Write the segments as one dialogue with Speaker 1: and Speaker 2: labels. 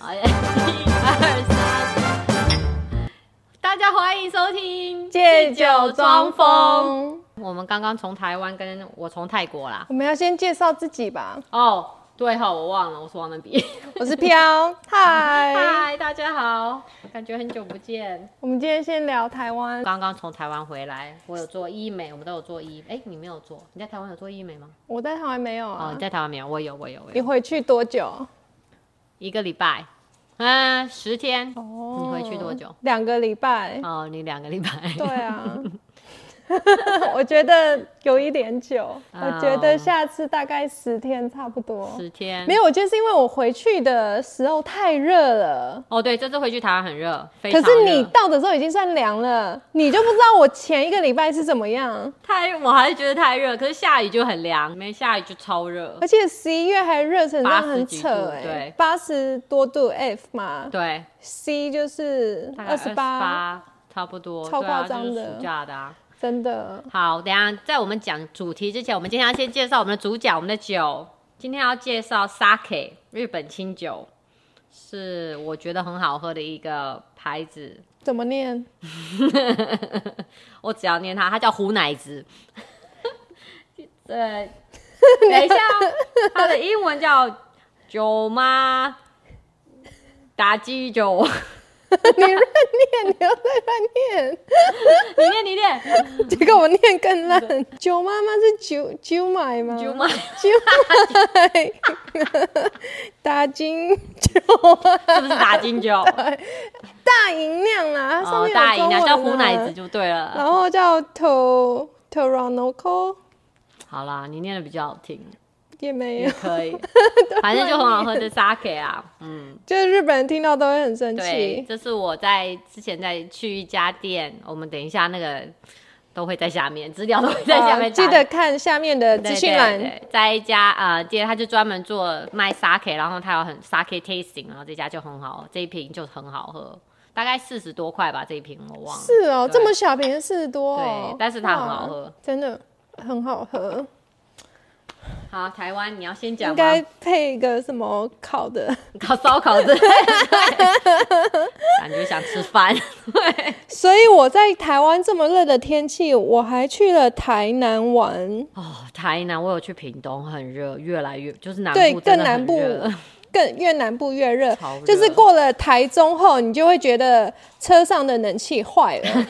Speaker 1: 耶！一二三，大家欢迎收听《
Speaker 2: 借酒装疯》。
Speaker 1: 我们刚刚从台湾跟我从泰国啦。
Speaker 2: 我们要先介绍自己吧。
Speaker 1: 哦，对哈、我忘了，我是王文比。
Speaker 2: 我 是飘，嗨。
Speaker 1: 嗨，大家好，感觉很久不见。
Speaker 2: 我们今天先聊台湾。
Speaker 1: 刚刚从台湾回来，我有做医美，我们都有做医。哎、你没有做？你在台湾有做医美吗？
Speaker 2: 我在台湾没有
Speaker 1: 哦，
Speaker 2: 啊
Speaker 1: 你。在台湾没有？我有，我有，我
Speaker 2: 你
Speaker 1: 有。
Speaker 2: 回去多久？
Speaker 1: 一个礼拜，嗯、十天。
Speaker 2: 哦
Speaker 1: 你回去多久？
Speaker 2: 两个礼拜。
Speaker 1: 哦，你两个礼拜。
Speaker 2: 对 啊。我觉得有一点久，我觉得下次大概十天差不多。
Speaker 1: 哦十天。
Speaker 2: 没有，我觉得是因为我回去的时候太热了。
Speaker 1: 哦，对，这次回去台湾很热，非
Speaker 2: 可
Speaker 1: 常
Speaker 2: 是你
Speaker 1: 热
Speaker 2: 到的时候已经算凉了，你就不知道我前一个礼拜是怎么样，
Speaker 1: 太，我还是觉得太热，可是下雨就很凉，没下雨就超热
Speaker 2: 而。且十一月还热成这样，
Speaker 1: 80
Speaker 2: 很
Speaker 1: 几
Speaker 2: 扯
Speaker 1: 度
Speaker 2: 哎、
Speaker 1: 对
Speaker 2: 八十多度 F 嘛
Speaker 1: 对，
Speaker 2: ，C 就是
Speaker 1: 大概
Speaker 2: 二十八，
Speaker 1: 八，差不多，
Speaker 2: 超
Speaker 1: 对啊
Speaker 2: 夸张
Speaker 1: 这
Speaker 2: 的
Speaker 1: 是暑假的啊。
Speaker 2: 真的
Speaker 1: 好，等一下在我们讲主题之前，我们今天要先介绍我们的主角，我们的酒。今天要介绍 sake 日本清酒，是我觉得很好喝的一个牌子。
Speaker 2: 怎么念？
Speaker 1: 我只要念它，它叫胡乃子。呃， 等一下哦，它的英文叫酒妈打鸡酒，
Speaker 2: 你乱念，你又在乱念，
Speaker 1: 你念你念，
Speaker 2: 结果我念更烂。 九妈妈是九九买吗？
Speaker 1: 酒妈是
Speaker 2: 九买， 打金九
Speaker 1: 不是打金 酒？
Speaker 2: 大银酿啊，它上
Speaker 1: 哦
Speaker 2: 面，有
Speaker 1: 大姨
Speaker 2: 中
Speaker 1: 呢
Speaker 2: 文
Speaker 1: 叫胡
Speaker 2: 啊
Speaker 1: 乃子就对了。
Speaker 2: 然后叫 To Toronoko
Speaker 1: 好啦，你念的比较好听，
Speaker 2: 也没
Speaker 1: 也
Speaker 2: 有，
Speaker 1: 可以，
Speaker 2: 啊
Speaker 1: 反正就很好喝的 sake 啊，嗯。
Speaker 2: 就是日本人听到都会很生
Speaker 1: 对，
Speaker 2: 气。
Speaker 1: 这是我在之前在去一家店，我们等一下那个都会在下面，资料都会在下面、
Speaker 2: 呃记得看下面的资
Speaker 1: 对
Speaker 2: 讯
Speaker 1: 对
Speaker 2: 栏。
Speaker 1: 对在一家呃店，他就专门做卖 sake，然后他有很 sake tasting，然后这家就很好，这一瓶就很好喝，大概四十多块吧，这一瓶我忘了。
Speaker 2: 是哦，
Speaker 1: 对
Speaker 2: 这么小瓶四十多哦，
Speaker 1: 对但是它很好
Speaker 2: 哇
Speaker 1: 喝，
Speaker 2: 真的很好喝，
Speaker 1: 好，台湾你要先
Speaker 2: 应
Speaker 1: 讲吗
Speaker 2: 该？配一个什么烤的
Speaker 1: 烤烧烤之类的，感觉想吃饭。对，
Speaker 2: 所以我在台湾这么热的天气，我还去了台南玩，
Speaker 1: 哦，台南我有去屏东，很热，越来越就是南
Speaker 2: 对
Speaker 1: 部真的
Speaker 2: 更
Speaker 1: 很
Speaker 2: 南部
Speaker 1: 热。
Speaker 2: 更越南部越热
Speaker 1: 超，热
Speaker 2: 就是过了台中后，你就会觉得车上的冷气坏 了，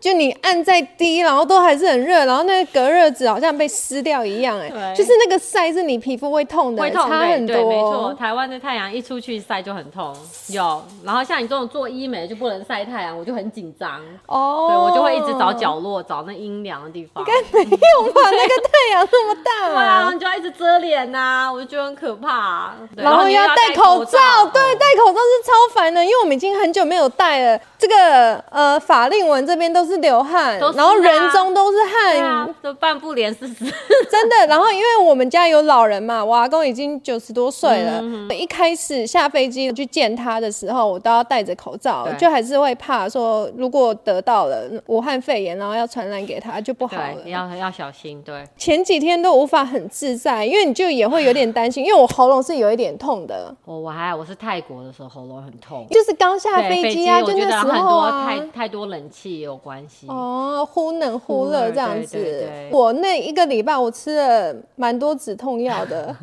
Speaker 2: 就你按再低，然后都还是很热，然后那个隔热纸好像被撕掉一样、哎，
Speaker 1: 对
Speaker 2: 就是那个晒是你皮肤会痛的，
Speaker 1: 会痛，
Speaker 2: 差
Speaker 1: 对
Speaker 2: 很多，
Speaker 1: 对，没错，台湾的太阳一出去晒就很痛。有，然后像你这种做医美就不能晒太阳，我就很紧张。
Speaker 2: 哦，
Speaker 1: 对，我就会一直找角落，找那阴凉的地方。
Speaker 2: 没有吧？那个太阳那么大、
Speaker 1: 对啊，你就要一直遮脸呐、我就觉得很可怕、 对
Speaker 2: 然后
Speaker 1: 你
Speaker 2: 要
Speaker 1: 又
Speaker 2: 戴口罩，对，
Speaker 1: 哦
Speaker 2: 戴口罩是超烦的，因为我们已经很久没有戴了。这个呃，法令纹这边都是流汗，
Speaker 1: 都是啊
Speaker 2: 然后人中都是汗，
Speaker 1: 对啊，这半部脸是湿。
Speaker 2: 真的。然后因为我们家有老人嘛，我阿公已经九十多岁了。
Speaker 1: 嗯
Speaker 2: 一开始下飞机去见他的时候，我都要戴着口罩
Speaker 1: 对，
Speaker 2: 就还是会怕说，如果得到了武汉肺炎，然后要传染给他就不好了
Speaker 1: 对，。 你要要小心，对，
Speaker 2: 前几天都无法很自在，因为你就也会有点担心，因为我喉咙是有一点痛的，
Speaker 1: 我我还好我是泰国的时候喉咙很痛，
Speaker 2: 就是刚下
Speaker 1: 对，
Speaker 2: 飞
Speaker 1: 飞
Speaker 2: 机啊，
Speaker 1: 我
Speaker 2: 就
Speaker 1: 觉得
Speaker 2: 那时
Speaker 1: 很
Speaker 2: 候
Speaker 1: 多
Speaker 2: 啊
Speaker 1: 太。太多冷气也有关系。
Speaker 2: 哦，忽冷忽
Speaker 1: 忽
Speaker 2: 热
Speaker 1: 冷
Speaker 2: 这样
Speaker 1: 对
Speaker 2: 子。
Speaker 1: 对对
Speaker 2: 我那一个礼拜我吃了蛮多止痛药 的，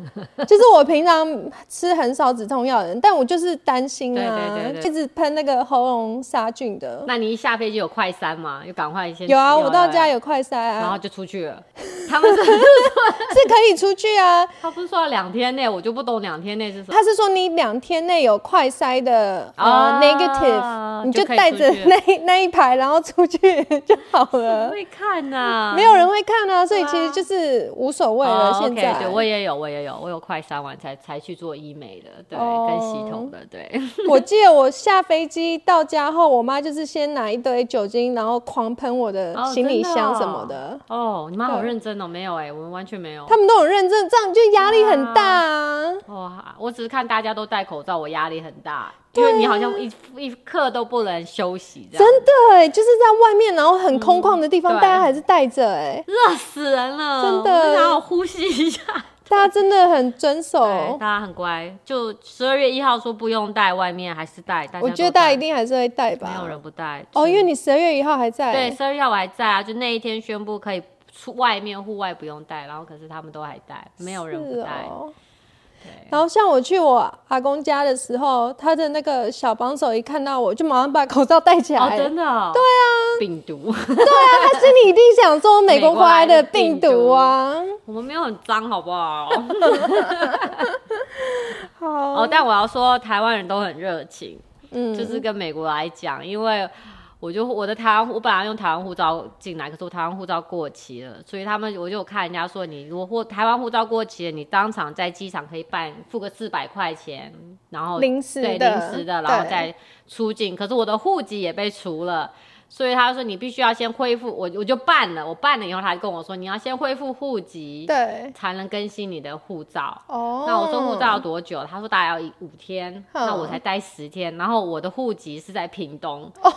Speaker 2: 就是我平常吃很少止痛药的人，但我就是担心
Speaker 1: 对对
Speaker 2: 啊，
Speaker 1: 对对
Speaker 2: 一直喷那个喉咙杀菌的。
Speaker 1: 那你一下飞机有快三嘛？又赶快先
Speaker 2: 有啊，
Speaker 1: 吃
Speaker 2: 我
Speaker 1: 药
Speaker 2: 到
Speaker 1: 对
Speaker 2: 家有快塞
Speaker 1: 然后
Speaker 2: 啊，
Speaker 1: 就出去了。他们是
Speaker 2: 是可以出去啊。
Speaker 1: 他不是说要两天内，我就不懂两天内是什么。
Speaker 2: 他是说你两天内有快塞的呃、
Speaker 1: 啊
Speaker 2: negative，你
Speaker 1: 就
Speaker 2: 就
Speaker 1: 可以
Speaker 2: 带
Speaker 1: 出
Speaker 2: 着
Speaker 1: 去
Speaker 2: 那一那一排，然后出去 就好了。
Speaker 1: 会看呐、
Speaker 2: 没有人会看啊，所以其实就是无所谓了。
Speaker 1: 哦
Speaker 2: 现在、
Speaker 1: OK，对我也有，我也有，我有快三完才才去做医美的，对，
Speaker 2: 哦
Speaker 1: 跟系统的，对，
Speaker 2: 我记得我下飞机到家后，我妈就是先拿一堆酒精，然后狂喷我的
Speaker 1: 哦
Speaker 2: 行李箱
Speaker 1: 真
Speaker 2: 什
Speaker 1: 的
Speaker 2: 么
Speaker 1: 哦
Speaker 2: 的。
Speaker 1: 哦，你妈好
Speaker 2: 对
Speaker 1: 认真哦，没有哎、我们完全没有。
Speaker 2: 他们都很认真，这样就压力很大啊。
Speaker 1: 哇，我只是看大家都戴口罩，我压力很大，因
Speaker 2: 啊
Speaker 1: 为你好像一一刻都不能休息，这样
Speaker 2: 真的哎、就是在外面，然后很空旷的地方，
Speaker 1: 嗯对
Speaker 2: 大家还是戴着哎、
Speaker 1: 热死人了，
Speaker 2: 真的
Speaker 1: 我想好呼吸一下。
Speaker 2: 大家真的很遵
Speaker 1: 对，
Speaker 2: 守。
Speaker 1: 大家很乖。就十二月一号说不用带，外面还是带。大家
Speaker 2: 我
Speaker 1: 都
Speaker 2: 觉得大家
Speaker 1: 戴
Speaker 2: 一定还是会带吧。
Speaker 1: 没有人不带
Speaker 2: 哦，因为你十二月一号还在。
Speaker 1: 对，十二月我还在啊，就那一天宣布可以出外面户外不用带，然后可是他们都还带，没有人不
Speaker 2: 是
Speaker 1: 带。
Speaker 2: 哦
Speaker 1: 对
Speaker 2: 然后像我去我阿公家的时候，他的那个小帮手一看到我就马上把口罩戴起来。
Speaker 1: 哦，
Speaker 2: 啊
Speaker 1: 真的、哦，对啊，病 毒，
Speaker 2: 他心里一定想说美国
Speaker 1: 美国来
Speaker 2: 来
Speaker 1: 的
Speaker 2: 的
Speaker 1: 病
Speaker 2: 病
Speaker 1: 毒
Speaker 2: 毒啊。
Speaker 1: 我们没有很脏，好不 好？
Speaker 2: 好，
Speaker 1: 哦，但我要说，台湾人都很热情，
Speaker 2: 嗯，
Speaker 1: 就是跟美国来讲，因为我就我的台湾，我本来用台湾护照进来，可是我台湾护照过期了，所以他们我就有看人家说，你如果或台湾护照过期了，你当场在机场可以办付个四百块钱，然后
Speaker 2: 临时
Speaker 1: 对
Speaker 2: 的
Speaker 1: 临时的，然后
Speaker 2: 对
Speaker 1: 再出境。可是我的户籍也被除了。所以他说你必须要先恢复，我我就办了，我办了以后他就跟我说你要先恢复户籍，
Speaker 2: 对，
Speaker 1: 才能更新你的护照。
Speaker 2: 哦，
Speaker 1: 那我说护照要多久？他说大概要一五天，
Speaker 2: 哼
Speaker 1: 那我才待十天。然后我的户籍是在屏 东，
Speaker 2: 哦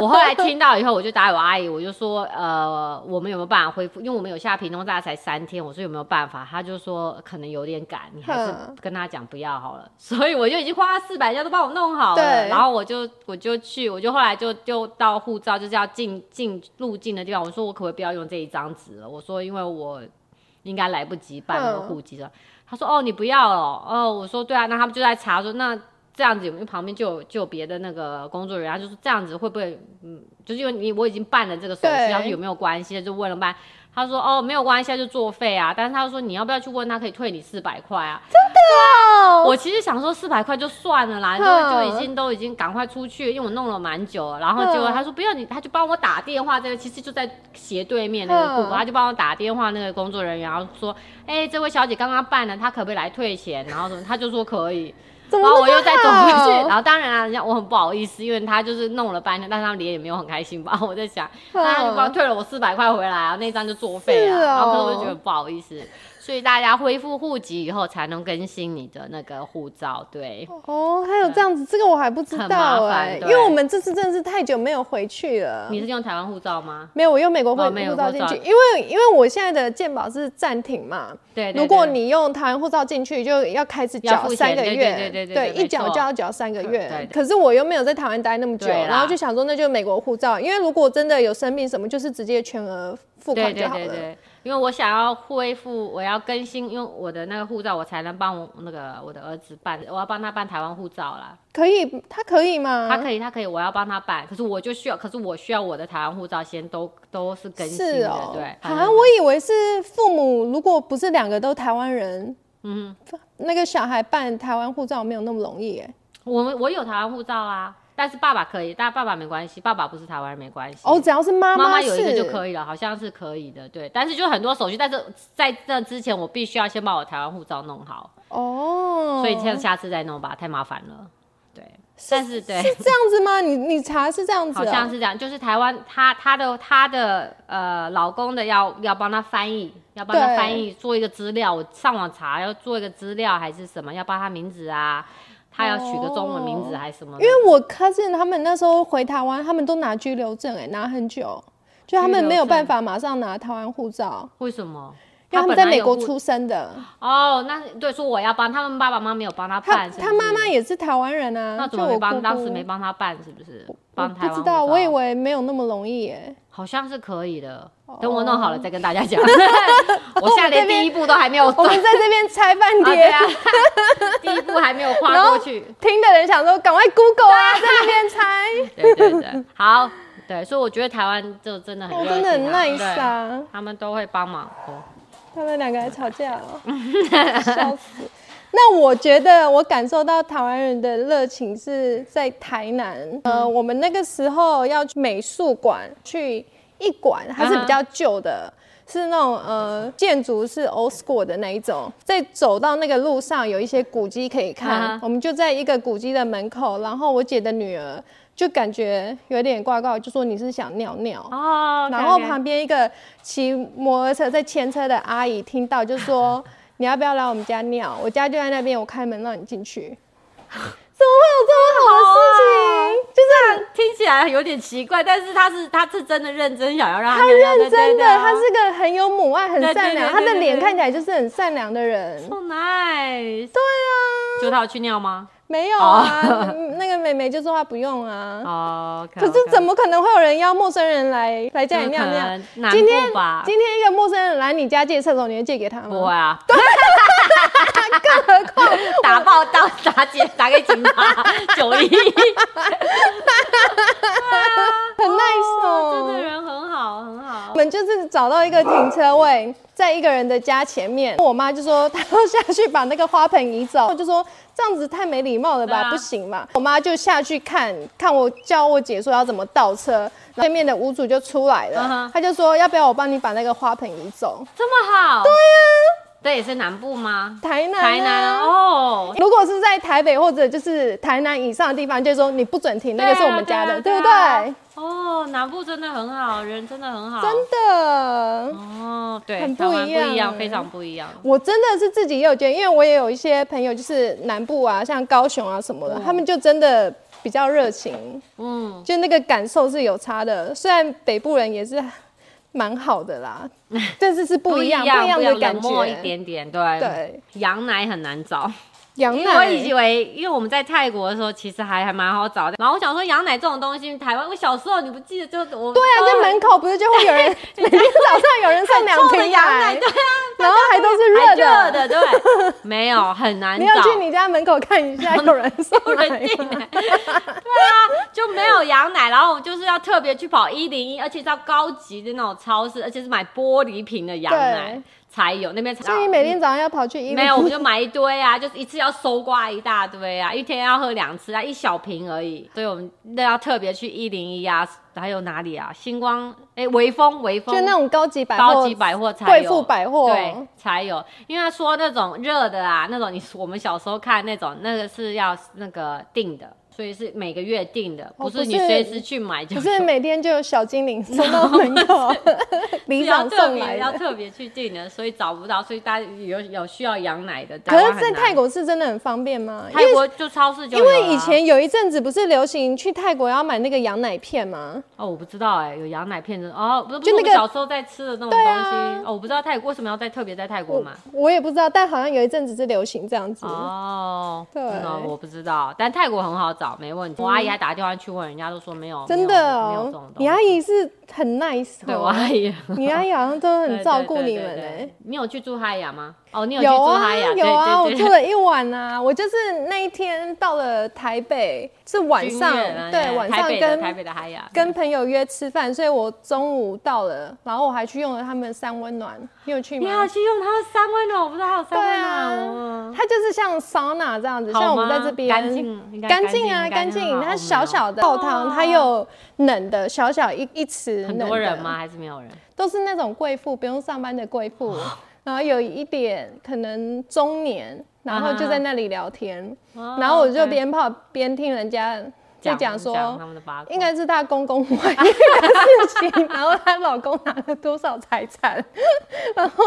Speaker 1: 我后来听到以后，我就打给我阿姨，我就说呃，我们有没有办法恢复？因为我们有下屏东大概才三天，我说有没有办法？他就说可能有点赶，你还是
Speaker 2: 哼
Speaker 1: 跟他讲不要好了。所以我就已经花四百家都帮我弄好了，
Speaker 2: 对
Speaker 1: 然后我就我就去，我就后来就就到护照就是要进进入境的地方，我说我可不可以不要用这一张纸了？我说因为我应该来不及办那个
Speaker 2: 嗯
Speaker 1: 户籍了。他说：“哦，你不要哦。”哦，我说：“对啊。”那他们就在查说，那这样子有没有旁边就有就有别的那个工作人员？他就说这样子会不会，嗯，就是因为你我已经办了这个手续，
Speaker 2: 对
Speaker 1: 他说有没有关系？就问了半，他说：“哦，没有关系，他就作废啊。”但是他说你要不要去问他，可以退你四百块啊。
Speaker 2: 哦
Speaker 1: 我其实想说四百块就算了啦，就
Speaker 2: 哼
Speaker 1: 就已经都已经赶快出去，因为我弄了蛮久了。然后结果
Speaker 2: 哼
Speaker 1: 他说不要你，他就帮我打电话，这个其实就在斜对面那个库房，
Speaker 2: 哼
Speaker 1: 他就帮我打电话那个工作人员，然后说，哎、这位小姐刚刚办了，她可不可以来退钱？然后什么，他就说可以。
Speaker 2: 怎
Speaker 1: 然后
Speaker 2: 么
Speaker 1: 我又再走回去，然
Speaker 2: 去，
Speaker 1: 后当然啊，人家我很不好意思，因为他就是弄了半天，但是他脸也没有很开心吧？ 我在想，
Speaker 2: 嗯
Speaker 1: 那他就帮我退了我四百块回来啊，那张就作废啊，
Speaker 2: 是哦
Speaker 1: 然后可是我就觉得不好意思，所以大家恢复户籍以后才能更新你的那个护照，对。
Speaker 2: 哦，还有这样子，这个我还不知
Speaker 1: 很麻
Speaker 2: 道
Speaker 1: 烦
Speaker 2: 哎、
Speaker 1: 对
Speaker 2: 因为我们这次真的是太久没有回去了。
Speaker 1: 你是用台湾护照吗？
Speaker 2: 没有，我用美国护
Speaker 1: 哦美国
Speaker 2: 护照
Speaker 1: 护
Speaker 2: 进
Speaker 1: 照
Speaker 2: 去，因为因为我现在的健保是暂停嘛。
Speaker 1: 对，对
Speaker 2: 如果
Speaker 1: 对
Speaker 2: 你用台湾护照进去，就要开始
Speaker 1: 要
Speaker 2: 缴
Speaker 1: 付钱
Speaker 2: 三个
Speaker 1: 对
Speaker 2: 月，
Speaker 1: 对对对对对没
Speaker 2: 一缴
Speaker 1: 错
Speaker 2: 就要缴三个月。
Speaker 1: 对对
Speaker 2: 可是我又没有在台湾待那么久，
Speaker 1: 对啦
Speaker 2: 然后就想说那就美国护照，因为如果真的有生病什么，就是直接全额付
Speaker 1: 对
Speaker 2: 款
Speaker 1: 对
Speaker 2: 就好
Speaker 1: 对
Speaker 2: 了。
Speaker 1: 对，因为我想要恢复，我要更新，因为我的那个护照，我才能帮我那个我的儿子办，我要帮他办台湾护照啦。
Speaker 2: 可以，他可以吗？
Speaker 1: 他可以，他可以，我要帮他办，可是我就需要，可是我需要我的台湾护照先都都是更新
Speaker 2: 是
Speaker 1: 的，
Speaker 2: 哦，
Speaker 1: 对，
Speaker 2: 好像我以为是父母，如果不是两个都台湾人，嗯，那个小孩办台湾护照没有那么容易哎。
Speaker 1: 我们我有台湾护照啊，但是爸爸可以，但爸爸没关系，爸爸不是台湾人没关系。
Speaker 2: 哦，只要是妈
Speaker 1: 妈妈
Speaker 2: 是
Speaker 1: 有一个就可以了，好像是可以的，对。但是就很多手续，但是在这之前，我必须要先把我台湾护照弄好，
Speaker 2: 哦，
Speaker 1: 所以这样下次再弄吧，太麻烦了。对，但是对，
Speaker 2: 是这样子吗？你你查是这样子、
Speaker 1: 好
Speaker 2: 哦，
Speaker 1: 像是这样，就是台湾她她的她的呃老公的要要帮她翻译，要帮她
Speaker 2: 对
Speaker 1: 翻译做一个资料，我上网查要做一个资料还是什么，要报她名字啊，她要取个中文名字还是什么的、
Speaker 2: 哦因为我 cousin 他们那时候回台湾，他们都拿居留证、哎，拿很久，就他们没有办法马上拿台湾护照，
Speaker 1: 为什么？
Speaker 2: 因为他
Speaker 1: 她
Speaker 2: 们
Speaker 1: 本
Speaker 2: 在
Speaker 1: 来
Speaker 2: 美
Speaker 1: 有
Speaker 2: 国
Speaker 1: 户
Speaker 2: 出生的，
Speaker 1: 哦，那对，说我要帮他们爸爸妈妈没有帮她
Speaker 2: 他
Speaker 1: 办，是不
Speaker 2: 他
Speaker 1: 是
Speaker 2: 妈妈也是台湾人啊，
Speaker 1: 那怎
Speaker 2: 就
Speaker 1: 么没
Speaker 2: 我
Speaker 1: 帮
Speaker 2: 姑
Speaker 1: 当时没
Speaker 2: 姑。
Speaker 1: 帮她办是不是？
Speaker 2: 我
Speaker 1: 帮台湾
Speaker 2: 不知
Speaker 1: 护
Speaker 2: 道，
Speaker 1: 照
Speaker 2: 我以为没有那么容易欸 耶、
Speaker 1: 好像是可以的，
Speaker 2: 哦
Speaker 1: 等我弄好了再跟大家 讲。我现在连第一步都还没有
Speaker 2: 我
Speaker 1: 做，
Speaker 2: 们在这边猜半
Speaker 1: 啊 对
Speaker 2: 天，
Speaker 1: 啊， 第一步还没有
Speaker 2: 然
Speaker 1: 跨
Speaker 2: 后
Speaker 1: 过去。
Speaker 2: 听的人想说赶快 Google 啊，在那边猜，
Speaker 1: 对对对，好，对，所以我觉得台湾就真的很
Speaker 2: 我
Speaker 1: 热情、啊，
Speaker 2: 哦真的很
Speaker 1: 对
Speaker 2: nice 啊。
Speaker 1: 他们都会帮忙。哦，
Speaker 2: 他们两个还吵架了，笑死。那我觉得我感受到台湾人的热情是在台南，
Speaker 1: 嗯
Speaker 2: 呃，我们那个时候要去美术馆，去一馆，它是比较旧的。是那种呃建筑是 old school 的那一种，在走到那个路上有一些古迹可以看
Speaker 1: 啊哈
Speaker 2: 我们就在一个古迹的门口，然后我姐的女儿就感觉有点怪怪，就说你是想尿尿，
Speaker 1: 哦
Speaker 2: 然后旁边一个骑摩托车在牵车的阿姨听到 就说：“你要不要来我们家尿？我家就在那边，我开门让你进去。”怎么会有这么好的事情？就是
Speaker 1: 听起来来有点奇怪，但是他是他是真的认真想要让他
Speaker 2: 他
Speaker 1: 漂亮
Speaker 2: 认真
Speaker 1: 对对
Speaker 2: 的，
Speaker 1: 对啊
Speaker 2: 他是个很有母爱、很
Speaker 1: 对对
Speaker 2: 善良，
Speaker 1: 对对
Speaker 2: 他的
Speaker 1: 对
Speaker 2: 脸
Speaker 1: 对
Speaker 2: 看起来就是很善良的人。
Speaker 1: 哦 so nice。
Speaker 2: 对啊，
Speaker 1: 就他有去尿吗？
Speaker 2: 没有啊，嗯 那个妹妹就说她不用啊。
Speaker 1: 哦，
Speaker 2: 可是怎么可能会有人邀陌生人来来家里尿尿？
Speaker 1: 尿
Speaker 2: 今天
Speaker 1: 吧，
Speaker 2: 今天一个陌生人来你家借厕所，你会借给他吗？
Speaker 1: 不会啊，
Speaker 2: 更何况
Speaker 1: 打报道，打警，打给警察，九一，
Speaker 2: 很
Speaker 1: 真
Speaker 2: nice
Speaker 1: 的
Speaker 2: 哦。
Speaker 1: 人很好，很好
Speaker 2: 我。们就是找到一个停车位，在一个人的家前面。我妈就说她要下去把那个花盆移走，我就说这样子太没礼貌了吧，
Speaker 1: 对啊
Speaker 2: 不行嘛。我妈就下去看看我，叫我姐说要怎么倒车。然后对面的屋主就出来
Speaker 1: 嗯
Speaker 2: 了
Speaker 1: 哼，
Speaker 2: 他就说要不要我帮你把那个花盆移走？
Speaker 1: 这么好？对呀、这也是南部吗？
Speaker 2: 台南、
Speaker 1: 台南
Speaker 2: 哦。
Speaker 1: 哦，
Speaker 2: 如果是在台北或者就是台南以上的地方，就是说你不准停，那个是我们家的，对
Speaker 1: 对啊
Speaker 2: 不对？？
Speaker 1: 啊哦，南部真的很好，人真的很好，
Speaker 2: 真的，
Speaker 1: 哦，对，
Speaker 2: 很不
Speaker 1: 台湾
Speaker 2: 一样
Speaker 1: 不一样，
Speaker 2: 欸
Speaker 1: 非常不一样。
Speaker 2: 我真的是自己也有觉得，因为我也有一些朋友就是南部啊，像高雄啊什么的，他们就真的比较热情，
Speaker 1: 嗯，
Speaker 2: 就那个感受是有差的。虽然北部人也是蛮好的 啦，但是是不一样，
Speaker 1: 不
Speaker 2: 一样的感
Speaker 1: 冷漠一
Speaker 2: 觉。
Speaker 1: 点点，对。
Speaker 2: 对，
Speaker 1: 羊奶很难找，
Speaker 2: 羊
Speaker 1: 因为我
Speaker 2: 奶
Speaker 1: 以为，因为我们在泰国的时候，其实还还蛮好找的。然后我想说，羊奶这种东西，台湾我小时候你不记得就我，
Speaker 2: 对啊，
Speaker 1: 都
Speaker 2: 就
Speaker 1: 很
Speaker 2: 门口不是就会 有人每天早上有人送两
Speaker 1: 臭的
Speaker 2: 瓶
Speaker 1: 羊奶，
Speaker 2: 奶
Speaker 1: 对，啊，
Speaker 2: 然后还都是
Speaker 1: 还
Speaker 2: 热
Speaker 1: 热的，对，没有很难
Speaker 2: 你要
Speaker 1: 找，
Speaker 2: 去你家门口看一下，有人送
Speaker 1: 有
Speaker 2: 来
Speaker 1: 人
Speaker 2: 吗
Speaker 1: 进来，对啊，就没有羊奶，然后我就是要特别去跑一零一，而且到高级的那种超市，而且是买玻璃瓶的羊奶
Speaker 2: 对
Speaker 1: 才有，那边才
Speaker 2: 所以你每天早上要跑去一零一
Speaker 1: 没有，我们就买一堆啊，就是一次要搜刮一大堆啊，一天要喝两次啊，一小瓶而已。所以我们那要特别去一零一啊，还有哪里啊？星光哎，微风微风，
Speaker 2: 就那种高级百货、
Speaker 1: 高级百货才
Speaker 2: 贵
Speaker 1: 有
Speaker 2: 妇百货，
Speaker 1: 对，才有。因为他说那种热的啊，那种你我们小时候看那种，那个是要那个订的，所以是每个月订的，
Speaker 2: 哦
Speaker 1: 不
Speaker 2: 不
Speaker 1: 是你
Speaker 2: 是
Speaker 1: 随时去买就
Speaker 2: 不是每天就有小精灵送 到门口，
Speaker 1: 是
Speaker 2: 里
Speaker 1: 要
Speaker 2: 长
Speaker 1: 特
Speaker 2: 送
Speaker 1: 别
Speaker 2: 来
Speaker 1: 要
Speaker 2: 的。
Speaker 1: 特别去订的，所以找不到，所以大家有有需要养奶的。
Speaker 2: 可
Speaker 1: 台湾
Speaker 2: 是，
Speaker 1: 很
Speaker 2: 在
Speaker 1: 难
Speaker 2: 泰。国是真的很方便吗？因
Speaker 1: 泰
Speaker 2: 为
Speaker 1: 国就超市就
Speaker 2: 因
Speaker 1: 有啊
Speaker 2: 为以
Speaker 1: 啦
Speaker 2: 前有一阵子不是流行去泰国要买那个羊奶片吗？
Speaker 1: 哦，我不知道哎、有羊奶片的哦，不是，不
Speaker 2: 就
Speaker 1: 就
Speaker 2: 那
Speaker 1: 那
Speaker 2: 个
Speaker 1: 个小时候在吃的那种东
Speaker 2: 对
Speaker 1: 西、
Speaker 2: 啊
Speaker 1: 哦，我不知道泰国为什么要在特别在泰国
Speaker 2: 我
Speaker 1: 买。
Speaker 2: 我也不知道，但好像有一阵子是流行这样子。
Speaker 1: 哦，
Speaker 2: 对嗯
Speaker 1: 嗯我不知道，但泰国很好找，没问题。我阿姨还打电话去问，人家都说没有，
Speaker 2: 真
Speaker 1: 没有
Speaker 2: 的
Speaker 1: 没有这
Speaker 2: 哦
Speaker 1: 种，东
Speaker 2: 你
Speaker 1: 西。
Speaker 2: 阿姨是很 nice，
Speaker 1: 对我
Speaker 2: 哦
Speaker 1: 阿姨
Speaker 2: 你阿姨好像都
Speaker 1: 对
Speaker 2: 很
Speaker 1: 对
Speaker 2: 照顾
Speaker 1: 对
Speaker 2: 你
Speaker 1: 对
Speaker 2: 们
Speaker 1: 对
Speaker 2: 哎。
Speaker 1: 你有去住哈雅吗？哦，你有去
Speaker 2: 有
Speaker 1: 住
Speaker 2: 啊
Speaker 1: 哈雅？对
Speaker 2: 有啊，我
Speaker 1: 对
Speaker 2: 住
Speaker 1: 对
Speaker 2: 了一晚啊。我就是那一天到了台北，是晚
Speaker 1: 君
Speaker 2: 上
Speaker 1: 悦，啊
Speaker 2: 对，晚
Speaker 1: 台
Speaker 2: 上
Speaker 1: 北的台
Speaker 2: 跟
Speaker 1: 北的哈雅，
Speaker 2: 跟朋友约吃饭，所以我中午到了，然后我还去用了他们三温暖，你有去
Speaker 1: 你好
Speaker 2: 吗？
Speaker 1: 去用它的三温暖，我不知道还有三温暖哦。
Speaker 2: 它就是像桑拿这样子，
Speaker 1: 好
Speaker 2: 啊像我们
Speaker 1: 吗
Speaker 2: 在这边
Speaker 1: 干净，应该
Speaker 2: 干净啊，干
Speaker 1: 干
Speaker 2: 净。
Speaker 1: 好
Speaker 2: 它
Speaker 1: 好
Speaker 2: 小
Speaker 1: 好
Speaker 2: 小的泡汤，它有冷的，小小一一池，
Speaker 1: 很多人吗？？还是没有人？
Speaker 2: 都是那种贵妇，不用上班的贵妇，
Speaker 1: 哦
Speaker 2: 然后有一点可能中年，然
Speaker 1: 啊
Speaker 2: 后就在那里聊天，
Speaker 1: 哦
Speaker 2: 然后我就
Speaker 1: OK
Speaker 2: 边泡边听人家在讲
Speaker 1: 他
Speaker 2: 说。
Speaker 1: 们的八卦，
Speaker 2: 应该是她公公怀孕的事情， 然后她老公拿了多少财产，然后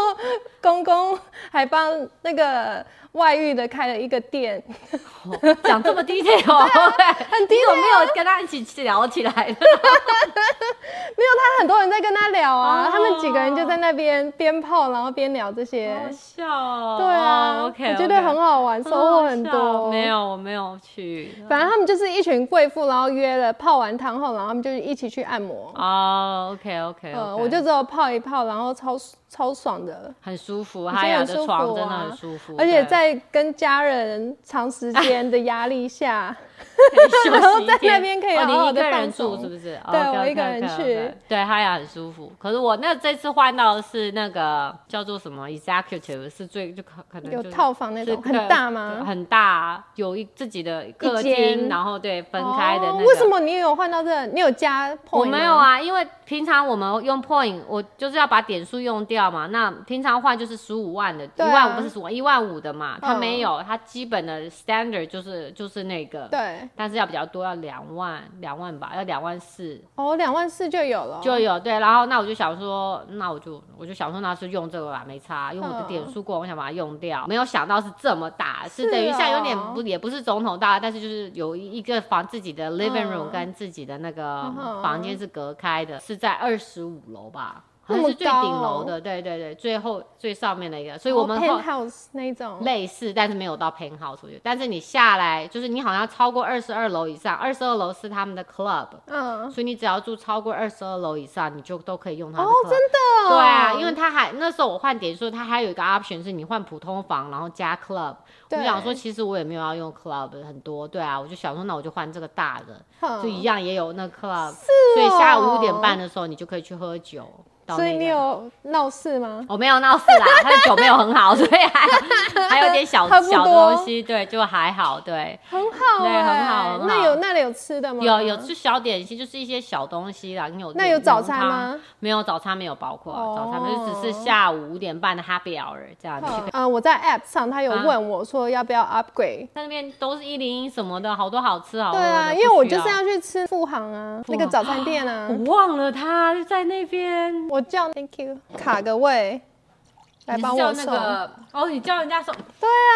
Speaker 2: 公公还帮那个外遇的开了一个店，
Speaker 1: 讲这么 detail，很
Speaker 2: 啊 detail
Speaker 1: 没有跟他一起聊起来的，
Speaker 2: 没有他很多人在跟他聊啊，
Speaker 1: 哦
Speaker 2: 他们几个人就在那边边泡，然后边聊这些，
Speaker 1: 好笑哦。
Speaker 2: 对啊、
Speaker 1: o k
Speaker 2: 我觉得很好玩，收获很多。
Speaker 1: 没，有，我没有去。
Speaker 2: 反正他们就是一群贵妇，然后约了泡完汤后，然后他们就一起去按摩。
Speaker 1: 哦，OK，OK，
Speaker 2: 呃，我就只有泡一泡，然后超超爽的，
Speaker 1: 很舒服，
Speaker 2: 我
Speaker 1: 哈
Speaker 2: 觉得
Speaker 1: 雅
Speaker 2: 很
Speaker 1: 的
Speaker 2: 舒服
Speaker 1: 床真的啊
Speaker 2: 啊
Speaker 1: 很舒服，
Speaker 2: 而且
Speaker 1: 对
Speaker 2: 在跟家人长时间的压 力下，
Speaker 1: 可以休息一天
Speaker 2: 然后 在那边可以
Speaker 1: 哦
Speaker 2: 好好
Speaker 1: 你一个
Speaker 2: 地放
Speaker 1: 人
Speaker 2: 松
Speaker 1: 住是不是？哦
Speaker 2: 对
Speaker 1: OK，OK，OK，OK
Speaker 2: 我一个人去，
Speaker 1: 对，哈雅很舒服。可是我那这次换到的是那个叫做什么 executive，是最就可可能
Speaker 2: 有
Speaker 1: 就是
Speaker 2: 套房那
Speaker 1: 是
Speaker 2: 种，很
Speaker 1: 客
Speaker 2: 大吗？
Speaker 1: 很大啊，有一自己的客
Speaker 2: 间
Speaker 1: 厅，然后对分开的那
Speaker 2: 哦
Speaker 1: 个。
Speaker 2: 为什？么你有换到这？你有加 point
Speaker 1: 我没有
Speaker 2: 吗，
Speaker 1: 啊，因为平常我们用 point，我就是要把点数用掉嘛。那平常换就是十五万的，一
Speaker 2: 对啊
Speaker 1: 万五不是十五万，一万五的嘛。他
Speaker 2: 嗯
Speaker 1: 没有，他基本的 standard 就是就是那个。
Speaker 2: 对对，
Speaker 1: 但是要比较多，要两万两万吧，要两万四
Speaker 2: 哦，两万四就有了，
Speaker 1: 就有对。然后那我就想说，那我就我就想说，那就用这个吧，没差，用我的
Speaker 2: 嗯
Speaker 1: 点数过，我想把它用掉。没有想到是这么大，是
Speaker 2: 是
Speaker 1: 等于像有点
Speaker 2: 哦
Speaker 1: 不也不是总统大，但是就是有一个房自己的 living room
Speaker 2: 嗯
Speaker 1: 跟自己的那个
Speaker 2: 嗯哼
Speaker 1: 房间是隔开的，是在二十五楼吧。好
Speaker 2: 那
Speaker 1: 像
Speaker 2: 么
Speaker 1: 是最顶
Speaker 2: 高
Speaker 1: 楼的，对对对，最后最上面的一个，所以我们后
Speaker 2: 哦 penthouse 那种，
Speaker 1: 类似，但是没有到 penthouse，我觉得但是你下来，就是你好像超过二十二楼以上，二十二楼是他们的 club，
Speaker 2: 嗯，
Speaker 1: 所以你只要住超过二十二楼以上，你就都可以用他们
Speaker 2: 哦
Speaker 1: 的 club。
Speaker 2: 真的哦，
Speaker 1: 对啊，因为他还那时候我换点数，他还有一个 option 是你换普通房，然后加 club。我
Speaker 2: 对
Speaker 1: 就想说，其实我也没有要用 club 很多，对啊，我就想说，那我就换这个大的，
Speaker 2: 哼
Speaker 1: 就一样也有那 club，、
Speaker 2: 嗯是
Speaker 1: 所以下午
Speaker 2: 哦
Speaker 1: 五点半的时候你就可以去喝酒。到
Speaker 2: 所以
Speaker 1: 那
Speaker 2: 你
Speaker 1: 个
Speaker 2: 有闹事吗？
Speaker 1: 我没有闹事啦，他的酒没有很好，所以 还有 还有点小
Speaker 2: 喝不多
Speaker 1: 小东西，对，就还好，对，
Speaker 2: 很好
Speaker 1: 对
Speaker 2: 哎，
Speaker 1: 很好很好
Speaker 2: 那有那里有吃的吗？
Speaker 1: 有有吃小点心，就是一些小东西啦，你有
Speaker 2: 那有早餐
Speaker 1: 浓
Speaker 2: 吗
Speaker 1: 汤？没有早餐没有包括，
Speaker 2: 哦
Speaker 1: 早餐没有就只是下午五点半的 happy hour 这样子。
Speaker 2: 嗯呃，我在 App 上，他有
Speaker 1: 啊
Speaker 2: 问我说要不要 upgrade。
Speaker 1: 在那边都是一零一什么的，好多好吃好喝
Speaker 2: 对
Speaker 1: 的。
Speaker 2: 啊，
Speaker 1: 哦不
Speaker 2: 因为我
Speaker 1: 需
Speaker 2: 就是要去吃富航啊，
Speaker 1: 富
Speaker 2: 那
Speaker 1: 航
Speaker 2: 个早餐店啊
Speaker 1: 我，忘了他就在那边。
Speaker 2: 我叫 Thank you 卡个位，来
Speaker 1: 你
Speaker 2: 帮
Speaker 1: 是叫
Speaker 2: 我
Speaker 1: 那
Speaker 2: 送。
Speaker 1: 个哦，你叫人家送，
Speaker 2: 对啊，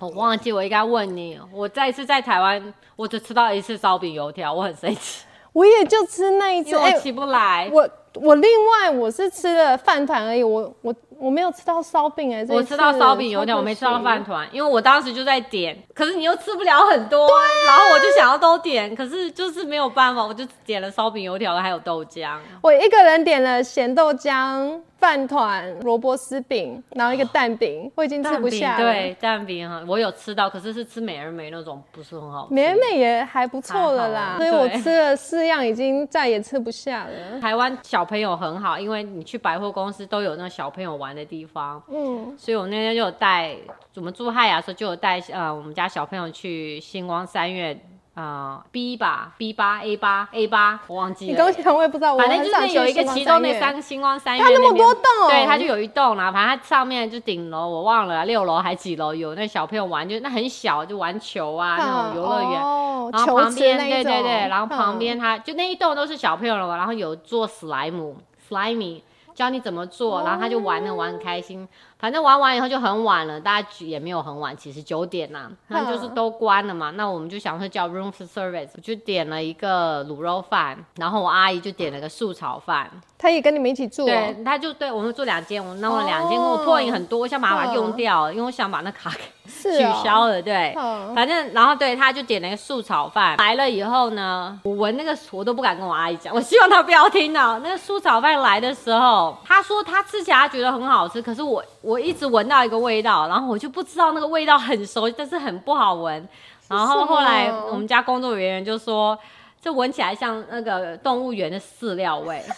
Speaker 1: 我忘记我应该问你。我再一次在台湾，我只吃到一次烧饼油条，我很生气，
Speaker 2: 我也就吃那一次。
Speaker 1: 因为
Speaker 2: 哎
Speaker 1: 我起不来。
Speaker 2: 我我另外我是吃了饭团而已，我我我没有吃到烧饼哎，这一
Speaker 1: 我
Speaker 2: 次
Speaker 1: 吃到烧饼油条，我没吃到饭。团，因为我当时就在点，可是你又吃不了很多，然后我就想要都点，可是就是没有办法，我就只点了烧饼油条还有豆浆。
Speaker 2: 我一个人点了咸豆浆、饭团、萝卜丝饼，然后一个蛋饼，我已经吃
Speaker 1: 蛋
Speaker 2: 不
Speaker 1: 饼
Speaker 2: 下了。，
Speaker 1: 对蛋饼哈，我有吃到，可是是吃美而美那种，不是很好吃。
Speaker 2: 美美也还不错了啦，所
Speaker 1: 还
Speaker 2: 以
Speaker 1: 好啊
Speaker 2: 我吃了四样，已经再也吃不下了。
Speaker 1: 台湾小朋友很好，因为你去百货公司都有那小朋友玩的地方，
Speaker 2: 嗯，
Speaker 1: 所以我那天就有带我们住汉雅的时候就有带呃我们家小朋友去星光三月啊、呃 B 吧 B 八 A 八 A 八我忘记
Speaker 2: 你
Speaker 1: 了。
Speaker 2: 刚讲我也不知道，我
Speaker 1: 反正
Speaker 2: 很少
Speaker 1: 就是
Speaker 2: 去
Speaker 1: 有一个
Speaker 2: 星光
Speaker 1: 其中
Speaker 2: 三
Speaker 1: 那
Speaker 2: 月
Speaker 1: 三个星光三月
Speaker 2: 哦它那么
Speaker 1: 那边
Speaker 2: 多栋
Speaker 1: 对，它就有一栋啦，反正它上面就顶楼我忘了六楼还几楼有那小朋友玩，就那很小就玩球啊那种游乐园。
Speaker 2: 哦
Speaker 1: 然后
Speaker 2: 球
Speaker 1: 旁
Speaker 2: 池
Speaker 1: 边
Speaker 2: 那一
Speaker 1: 对对
Speaker 2: 种
Speaker 1: 对，然后旁
Speaker 2: 嗯
Speaker 1: 边它、就那一栋都是小朋友了嘛，然后有做史莱姆 slimy。教你怎么做，然后他
Speaker 2: 哦
Speaker 1: 就玩的玩很开心。反正玩完以后就很晚了，大家也没有很晚，其实九点呐、然后就是
Speaker 2: 嗯
Speaker 1: 都关了嘛。那我们就想说叫 room for service，我就点了一个卤肉饭，然后我阿姨就点了个素炒饭。
Speaker 2: 他也跟你们一起住、哦，
Speaker 1: 对，他就对我们做两间，我弄了两间，
Speaker 2: 哦
Speaker 1: 我破影很多，我想把它用
Speaker 2: 嗯
Speaker 1: 掉，因为我想把那卡 给
Speaker 2: 是
Speaker 1: 取
Speaker 2: 哦
Speaker 1: 消了，对。
Speaker 2: 嗯
Speaker 1: 反正，然后对，他就点了一个素炒饭。来了以后呢，我闻那个我都不敢跟我阿姨讲，我 希望她不要听到。那个素炒饭来的时候，她说她吃起来她觉得很好吃，可是我我一直闻到一个味道，然后我就不知道那个味道很熟，但是很不好闻。然后后来
Speaker 2: 什么
Speaker 1: 我们家工作人员就说，这闻起来像那个动物园的饲料味。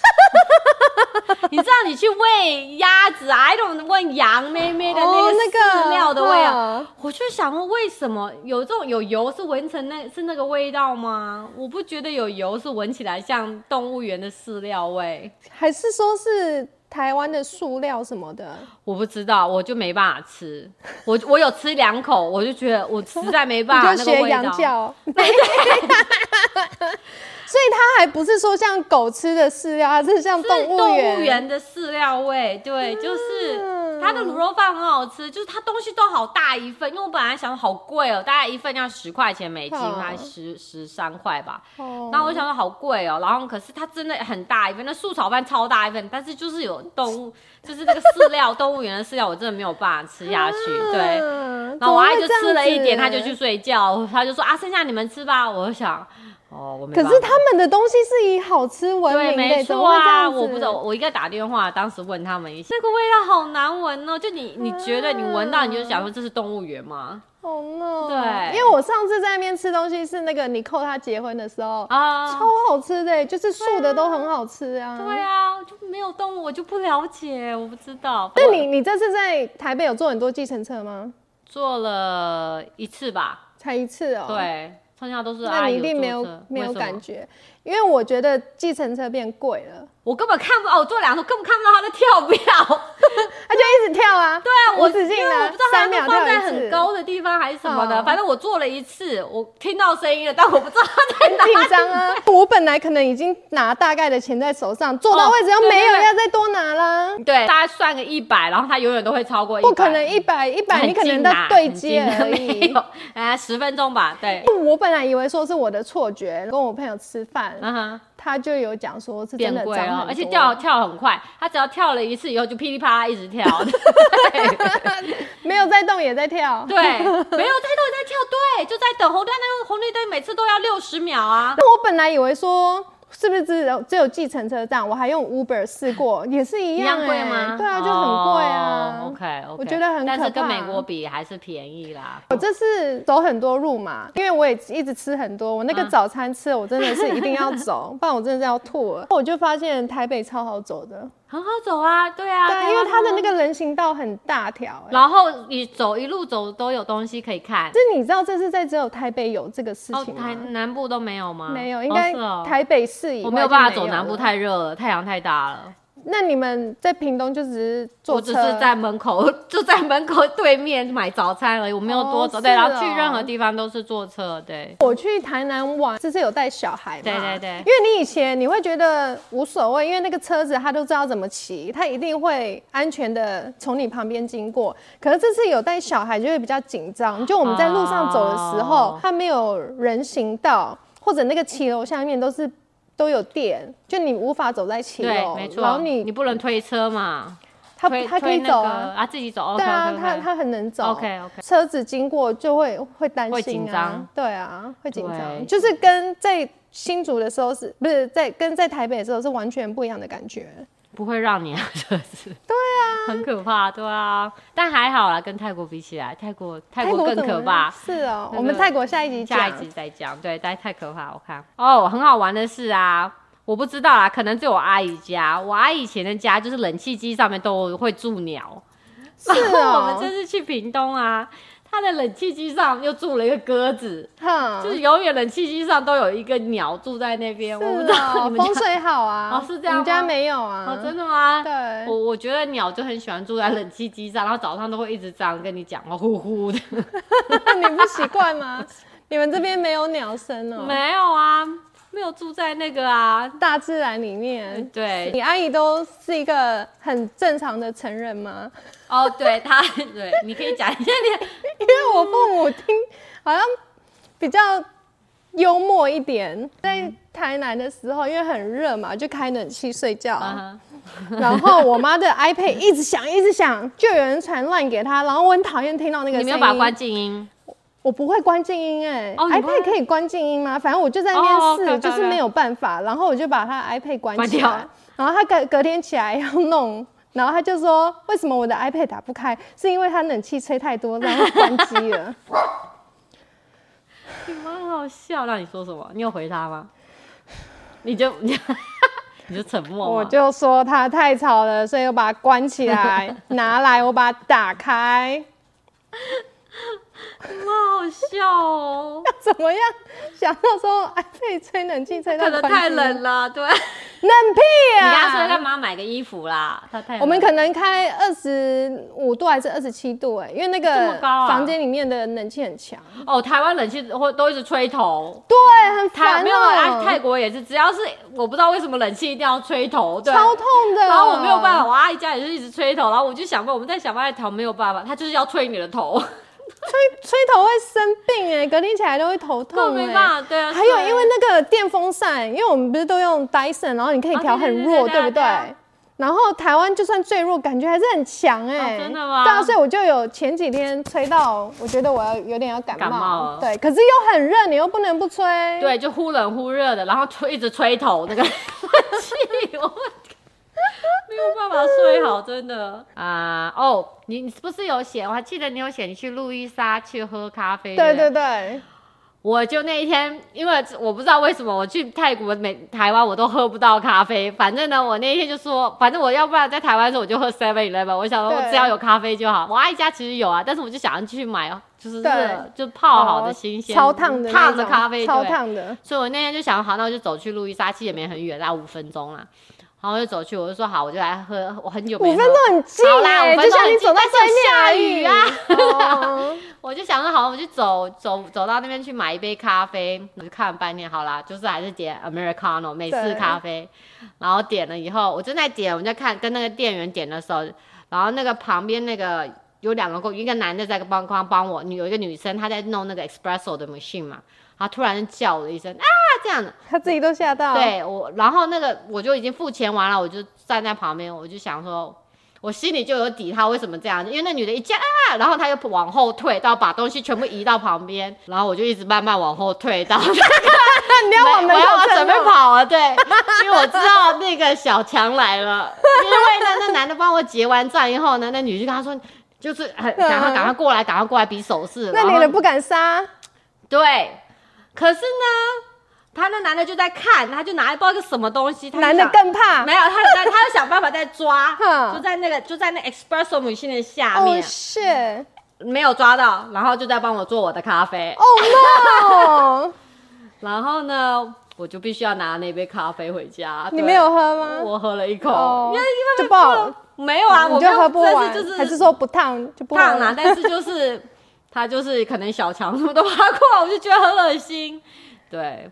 Speaker 1: 你知道你去喂鸭子啊，还种问羊妹妹的
Speaker 2: 哦
Speaker 1: 那个
Speaker 2: 那个
Speaker 1: 饲料的味道，
Speaker 2: 嗯
Speaker 1: 我就想问，为什么有这种有油是闻成那是那个味道吗？我不觉得有油是闻起来像动物园的饲料味，
Speaker 2: 还是说是台湾的塑料什么的？
Speaker 1: 我不知道，我就没办法吃。我我有吃两口，我就觉得我实在没办法
Speaker 2: 你就
Speaker 1: 那个
Speaker 2: 学
Speaker 1: 味
Speaker 2: 羊
Speaker 1: 道。
Speaker 2: 叫，所以它还不是说像狗吃的饲料，它是像
Speaker 1: 是动
Speaker 2: 动物
Speaker 1: 物
Speaker 2: 园。嗯
Speaker 1: 园的饲料味，对，就是它的卤肉饭很好吃，就是它东西都好大一份，因为我本来想好贵哦，大概一份要十块钱美金，
Speaker 2: 嗯
Speaker 1: 还十十三块吧。
Speaker 2: 哦
Speaker 1: 然后我就想说好贵哦，然后可是它真的很大一份，那素炒饭超大一份，但是就是有动物，就是那个饲料动物园的饲料，我真的没有办法吃下去，对。
Speaker 2: 嗯
Speaker 1: 然后我阿姨就
Speaker 2: 怎么会
Speaker 1: 吃了一点，
Speaker 2: 这
Speaker 1: 她
Speaker 2: 样子
Speaker 1: 就去睡觉，她就说啊，剩下你们吃吧。我就想，哦，我没
Speaker 2: 可
Speaker 1: 办法。
Speaker 2: 是他们的东西是以好吃闻
Speaker 1: 对，
Speaker 2: 名的，
Speaker 1: 没
Speaker 2: 怎
Speaker 1: 错
Speaker 2: 么会这
Speaker 1: 啊，
Speaker 2: 样子
Speaker 1: 我不懂，我应该打电话，当时问他们一 下，那个味道好难闻哦。就你，你觉得你闻到，你就想说这是动物园吗？
Speaker 2: 好呢。
Speaker 1: 对
Speaker 2: 因为我上次在那边吃东西是那个你扣他结婚的时候，
Speaker 1: 啊，
Speaker 2: 超好吃的，就是素的都很好吃啊。
Speaker 1: 对啊，就没有动物，我就不了解，我不知道。
Speaker 2: 那你你这次在台北有坐很多计程车吗？
Speaker 1: 做了一次吧？
Speaker 2: 才一次哦。。
Speaker 1: 对，从小都是
Speaker 2: 那
Speaker 1: 阿
Speaker 2: 你
Speaker 1: 姨
Speaker 2: 一定没
Speaker 1: 有
Speaker 2: 有
Speaker 1: 坐车
Speaker 2: 没有
Speaker 1: 为什么
Speaker 2: 感觉，因为我觉得计程车变贵了，
Speaker 1: 我根本看不，哦，我坐两头根本看不到他在跳表。
Speaker 2: 它就一直跳啊，对
Speaker 1: 对啊，我
Speaker 2: 无止境
Speaker 1: 因为我不
Speaker 2: 的
Speaker 1: 知道，他
Speaker 2: 三
Speaker 1: 是
Speaker 2: 秒
Speaker 1: 放在
Speaker 2: 跳一
Speaker 1: 很
Speaker 2: 次，
Speaker 1: 高的地方还是什么的，
Speaker 2: 哦
Speaker 1: 反正我做了一次，我听到声音了，但我不知道他在哪。
Speaker 2: 紧张啊！我本来可能已经拿大概的钱在手上，坐到位置又
Speaker 1: 对对
Speaker 2: 没有，
Speaker 1: 对
Speaker 2: 要再多拿啦。
Speaker 1: 对，大家算个一百，然后他永远都会超过一百。
Speaker 2: 不可能一百一百，
Speaker 1: 很
Speaker 2: 你可能
Speaker 1: 近
Speaker 2: 在
Speaker 1: 啊
Speaker 2: 对
Speaker 1: 很
Speaker 2: 接
Speaker 1: 近
Speaker 2: 而
Speaker 1: 没
Speaker 2: 已。
Speaker 1: 有，哎，十分钟吧， 对，
Speaker 2: 我本来以为说是我的错觉，跟我朋友吃饭，
Speaker 1: 嗯哼，
Speaker 2: 他就有讲说是真
Speaker 1: 变
Speaker 2: 的
Speaker 1: 贵
Speaker 2: 涨
Speaker 1: 了，
Speaker 2: 很
Speaker 1: 而且
Speaker 2: 多
Speaker 1: 跳跳很快，他只要跳了一次以后就噼里啪啦一直跳，
Speaker 2: 没有在动也在跳。
Speaker 1: 对，没有在动在跳，对，就在等红绿灯，那个红绿灯每次都要六十秒啊，
Speaker 2: 那我本来以为说。是不是只有只有计程车站？我还用 Uber 试过，也是
Speaker 1: 一
Speaker 2: 一
Speaker 1: 样
Speaker 2: 样、欸、
Speaker 1: 贵吗？哦
Speaker 2: 对啊，就很贵啊。
Speaker 1: OK OK，
Speaker 2: 我觉得很可怕
Speaker 1: 但是跟美国比还是便宜啦。
Speaker 2: 我这次走很多路嘛，因为我也一直吃很多，我那个
Speaker 1: 啊
Speaker 2: 早餐吃的我真的是一定要走，不然我真的是要吐了。我就发现台北超好走的，
Speaker 1: 很好走啊，对啊，
Speaker 2: 对，因为它
Speaker 1: 他
Speaker 2: 的那，个人行道很大条、欸。
Speaker 1: 然后你走一路走都有东西可以看。
Speaker 2: 这你知道这是在只有台北有这个事
Speaker 1: 哦，
Speaker 2: 情
Speaker 1: 台
Speaker 2: 吗？
Speaker 1: 南部都没有吗？
Speaker 2: 没有，
Speaker 1: 哦
Speaker 2: 应该
Speaker 1: 是哦
Speaker 2: 台北市以外
Speaker 1: 我没有办法
Speaker 2: 就
Speaker 1: 走南部，
Speaker 2: 了
Speaker 1: 太热了，太阳太大了。
Speaker 2: 那你们在屏东就只是坐
Speaker 1: 我
Speaker 2: 车，
Speaker 1: 只是在门口， 就在门口对面买早餐而已，我没有多走。
Speaker 2: 哦
Speaker 1: 对，
Speaker 2: 是
Speaker 1: 然后去
Speaker 2: 哦
Speaker 1: 任何地方都是坐车。对，
Speaker 2: 我去台南玩，这是有带小孩嘛？
Speaker 1: 对对对
Speaker 2: 因为你以前你会觉得无所谓，因为那个车子他都知道怎么骑，他一定会安全的从你旁边经过。可是这次有带小孩就会比较紧张，就我们在路上走的时候
Speaker 1: 哦，
Speaker 2: 它没有人行道，或者那个骑楼下面都是。都有店，就你无法走在骑
Speaker 1: 对，
Speaker 2: 楼
Speaker 1: 没，错。
Speaker 2: 然后
Speaker 1: 你不能推车嘛？
Speaker 2: 他
Speaker 1: 推
Speaker 2: 他可
Speaker 1: 推
Speaker 2: 以
Speaker 1: 那
Speaker 2: 走
Speaker 1: 个
Speaker 2: 啊，
Speaker 1: 啊，自己走。
Speaker 2: 对啊，
Speaker 1: OK，OK，OK
Speaker 2: 他他很能走。
Speaker 1: OK，OK
Speaker 2: 车子经过就会会担
Speaker 1: 会
Speaker 2: 心
Speaker 1: 紧
Speaker 2: 啊
Speaker 1: 张，
Speaker 2: 对啊，会紧张，
Speaker 1: 对
Speaker 2: 就是跟在新竹的时候是不是在跟在台北的时候是完全不一样的感觉。
Speaker 1: 不会让你啊， 真的是。对啊，很可怕，对啊。但还好啦，跟泰国比起来，泰国泰国更
Speaker 2: 怎么
Speaker 1: 可怕。
Speaker 2: 是哦
Speaker 1: 那，个
Speaker 2: 我们泰国下一集
Speaker 1: 下一
Speaker 2: 讲
Speaker 1: 集再讲，对，但太可怕，我看哦，很好玩的是啊，我不知道啦，可能只有我阿姨家，我阿姨以前的家就是冷气机上面都会住鸟，
Speaker 2: 是
Speaker 1: 然后 我们这
Speaker 2: 哦，
Speaker 1: 次去屏东啊，她的冷气机上又住了一个鸽子，
Speaker 2: 哈
Speaker 1: 就是永远冷气机上都有一个鸟住在那边，我不知
Speaker 2: 是
Speaker 1: 道
Speaker 2: 哦，
Speaker 1: 你们
Speaker 2: 风
Speaker 1: 家
Speaker 2: 水好啊，
Speaker 1: 哦是这样
Speaker 2: 我们家
Speaker 1: 吗
Speaker 2: 没有
Speaker 1: 哦，
Speaker 2: 啊，
Speaker 1: 真的吗？
Speaker 2: 对
Speaker 1: 我我觉得鸟就很喜欢住在冷气机上，然后早上都会一直这样跟你讲话，呼呼的。
Speaker 2: 你不习惯吗？你们这边没有鸟声哦，
Speaker 1: 没有啊，没有住在那个啊，呃
Speaker 2: 大自然里面。
Speaker 1: 对，
Speaker 2: 你阿姨都是一个很正常的成人吗？
Speaker 1: 哦，对他，对，你可以讲一下 你，
Speaker 2: 因为我父母听好像比较幽默一点，
Speaker 1: 嗯
Speaker 2: 在台南的时候，因为很热嘛，就开冷气睡觉。啊
Speaker 1: 嗯
Speaker 2: 然后我妈的 iPad 一直响，一直响，就有人传乱给她。然后我很讨厌听到那个
Speaker 1: 你没有
Speaker 2: 声音。
Speaker 1: 把它关静音，
Speaker 2: 我不会关静音哎、
Speaker 1: 哦你
Speaker 2: i
Speaker 1: 不
Speaker 2: p
Speaker 1: 会
Speaker 2: a d 可以关静音吗？反正我就在那
Speaker 1: 哦
Speaker 2: 边试，
Speaker 1: ，OK，OK，OK
Speaker 2: 就是没有办法。然后我就把他的 iPad 关
Speaker 1: 关
Speaker 2: 起
Speaker 1: 掉
Speaker 2: 来，然后他隔隔天起来要弄，然后他就说：“为什么我的 iPad 打不开？是因为他冷气吹太多，然后关机了。
Speaker 1: 你蛮好笑。让你说什么？你有回他吗？你就 你就沉”默嘛，
Speaker 2: 我就说他太吵了，所以我把它关起来，拿来我把它打开，
Speaker 1: 蛮好笑 哦。
Speaker 2: 怎么样？想到说 iPad 吹冷气吹到
Speaker 1: 可能太
Speaker 2: 关机
Speaker 1: 冷了，对。
Speaker 2: 冷屁
Speaker 1: 你跟他
Speaker 2: 啊！
Speaker 1: 说干嘛买个衣服啦？他太冷
Speaker 2: 我们可能开二十五度还是二十七度哎、因为那
Speaker 1: 这
Speaker 2: 个
Speaker 1: 么高啊
Speaker 2: 房间里面的冷气很强。
Speaker 1: 哦，台湾冷气会都一直吹头，
Speaker 2: 对，很
Speaker 1: 台
Speaker 2: 烦
Speaker 1: 没有啊，
Speaker 2: 哦、
Speaker 1: 泰国也是，只要是我不知道为什么冷气一定要吹头，对。啊
Speaker 2: 超痛的。
Speaker 1: 然后我没有办法，，我阿姨家也是一直吹头，然后我就想办法，我们在想办法调，没有办法，她就是要吹你的头，
Speaker 2: 吹吹头会生病哎、隔天起来都会头
Speaker 1: 根本
Speaker 2: 痛哎、
Speaker 1: 没办法，对啊。
Speaker 2: 还有
Speaker 1: 所以
Speaker 2: 因为那个电风扇，因为我们不是都用 Dyson，然后你可以调
Speaker 1: 啊对
Speaker 2: 很
Speaker 1: 对对
Speaker 2: 弱，
Speaker 1: 对啊
Speaker 2: 不对
Speaker 1: 对啊？
Speaker 2: 然后台湾就算最弱，感觉还是很强哎、
Speaker 1: 哦真的吗
Speaker 2: 对啊，所以我就有前几天吹到，我觉得我要有点要感
Speaker 1: 感
Speaker 2: 冒。
Speaker 1: 冒了
Speaker 2: 对，可是又很热，你又不能不吹。对
Speaker 1: 对，就忽冷忽热的，然后吹一直吹头那个 气，我没有办法睡好，真的啊、哦，你你不是有写？我还记得你有写，你去路易莎去喝咖啡。
Speaker 2: 对
Speaker 1: 不
Speaker 2: 对对，
Speaker 1: 我就那一天，因为我不知道为什么我去泰国、美台湾我都喝不到咖啡。反正呢，我那一天就说，反正我要不然在台湾的时候我就喝 Seven Eleven，我想说
Speaker 2: 对
Speaker 1: 我只要有咖啡就好。我阿姨家其实有啊，但是我就想要去买就是
Speaker 2: 对
Speaker 1: 热，就泡好的
Speaker 2: 哦
Speaker 1: 新鲜、
Speaker 2: 超烫的那
Speaker 1: 烫的
Speaker 2: 种
Speaker 1: 咖啡，
Speaker 2: 超
Speaker 1: 对。
Speaker 2: 烫的，
Speaker 1: 所以我那天就想，好，那我就走去路易莎，其实也没很远，大概五分钟啦。然后我就走去，我就说好，我就来喝，我很久没
Speaker 2: 五
Speaker 1: 喝。
Speaker 2: 分钟很近
Speaker 1: 好啦
Speaker 2: 哎、
Speaker 1: 五分钟
Speaker 2: 就像
Speaker 1: 很
Speaker 2: 你
Speaker 1: 近
Speaker 2: 走到
Speaker 1: 但是
Speaker 2: 对面
Speaker 1: 下啊
Speaker 2: 哦
Speaker 1: 我就想说，好，我就走走走到那边去买一杯咖啡，我就看了半天，好啦，就是还是点 Americano 美式
Speaker 2: 对
Speaker 1: 咖啡，然后点了以后，我正在点，我们在看跟那个店员点的时候，然后那个旁边那个有两个工，一个男的在帮帮帮我，女有一个女生她在弄那个 espresso 的 machine 嘛，然后突然叫了一声啊这样子，
Speaker 2: 他自己都吓到。，
Speaker 1: 对我，然后那个我就已经付钱完了，我就站在旁边，我就想说，我心里就有底，他为什么这样？因为那女的一叫啊，然后她又往后退，到把东西全部移到旁边，然后我就一直慢慢往后退 到，
Speaker 2: 那你要往门
Speaker 1: 我
Speaker 2: 口
Speaker 1: 要我
Speaker 2: 蹭
Speaker 1: 准备
Speaker 2: 哦
Speaker 1: 跑了，对，因为我知道那个小强来了，因为呢，那男的帮我结完账以后呢，那女就跟他说。就是很赶快赶快过来，赶快过来比手势。
Speaker 2: 嗯那
Speaker 1: 然
Speaker 2: 女
Speaker 1: 后
Speaker 2: 的不敢杀，
Speaker 1: 对，可是呢，他那男的就在看，他就拿一包一个什么东西，他就
Speaker 2: 男的
Speaker 1: 想
Speaker 2: 更怕。
Speaker 1: 没有，他有在，他有想办法在抓，
Speaker 2: 啊哼
Speaker 1: 就在那个就在那 espresso machine 的下
Speaker 2: 哦
Speaker 1: 面，
Speaker 2: 是，
Speaker 1: 没有抓到，然后就在帮我做我的咖啡，
Speaker 2: 哦 no，
Speaker 1: 然后呢，我就必须要拿那杯咖啡回家。
Speaker 2: 你
Speaker 1: 对
Speaker 2: 没有喝吗？
Speaker 1: 我喝了一口，
Speaker 2: 哦
Speaker 1: 因为因为
Speaker 2: 就爆了，
Speaker 1: 没有啊，我
Speaker 2: 你
Speaker 1: 没有
Speaker 2: 就喝不完，
Speaker 1: 但是就是
Speaker 2: 还是说不烫就不喝
Speaker 1: 烫啊，但是就是他就是可能小强什么都爬过来，我就觉得很恶心，对。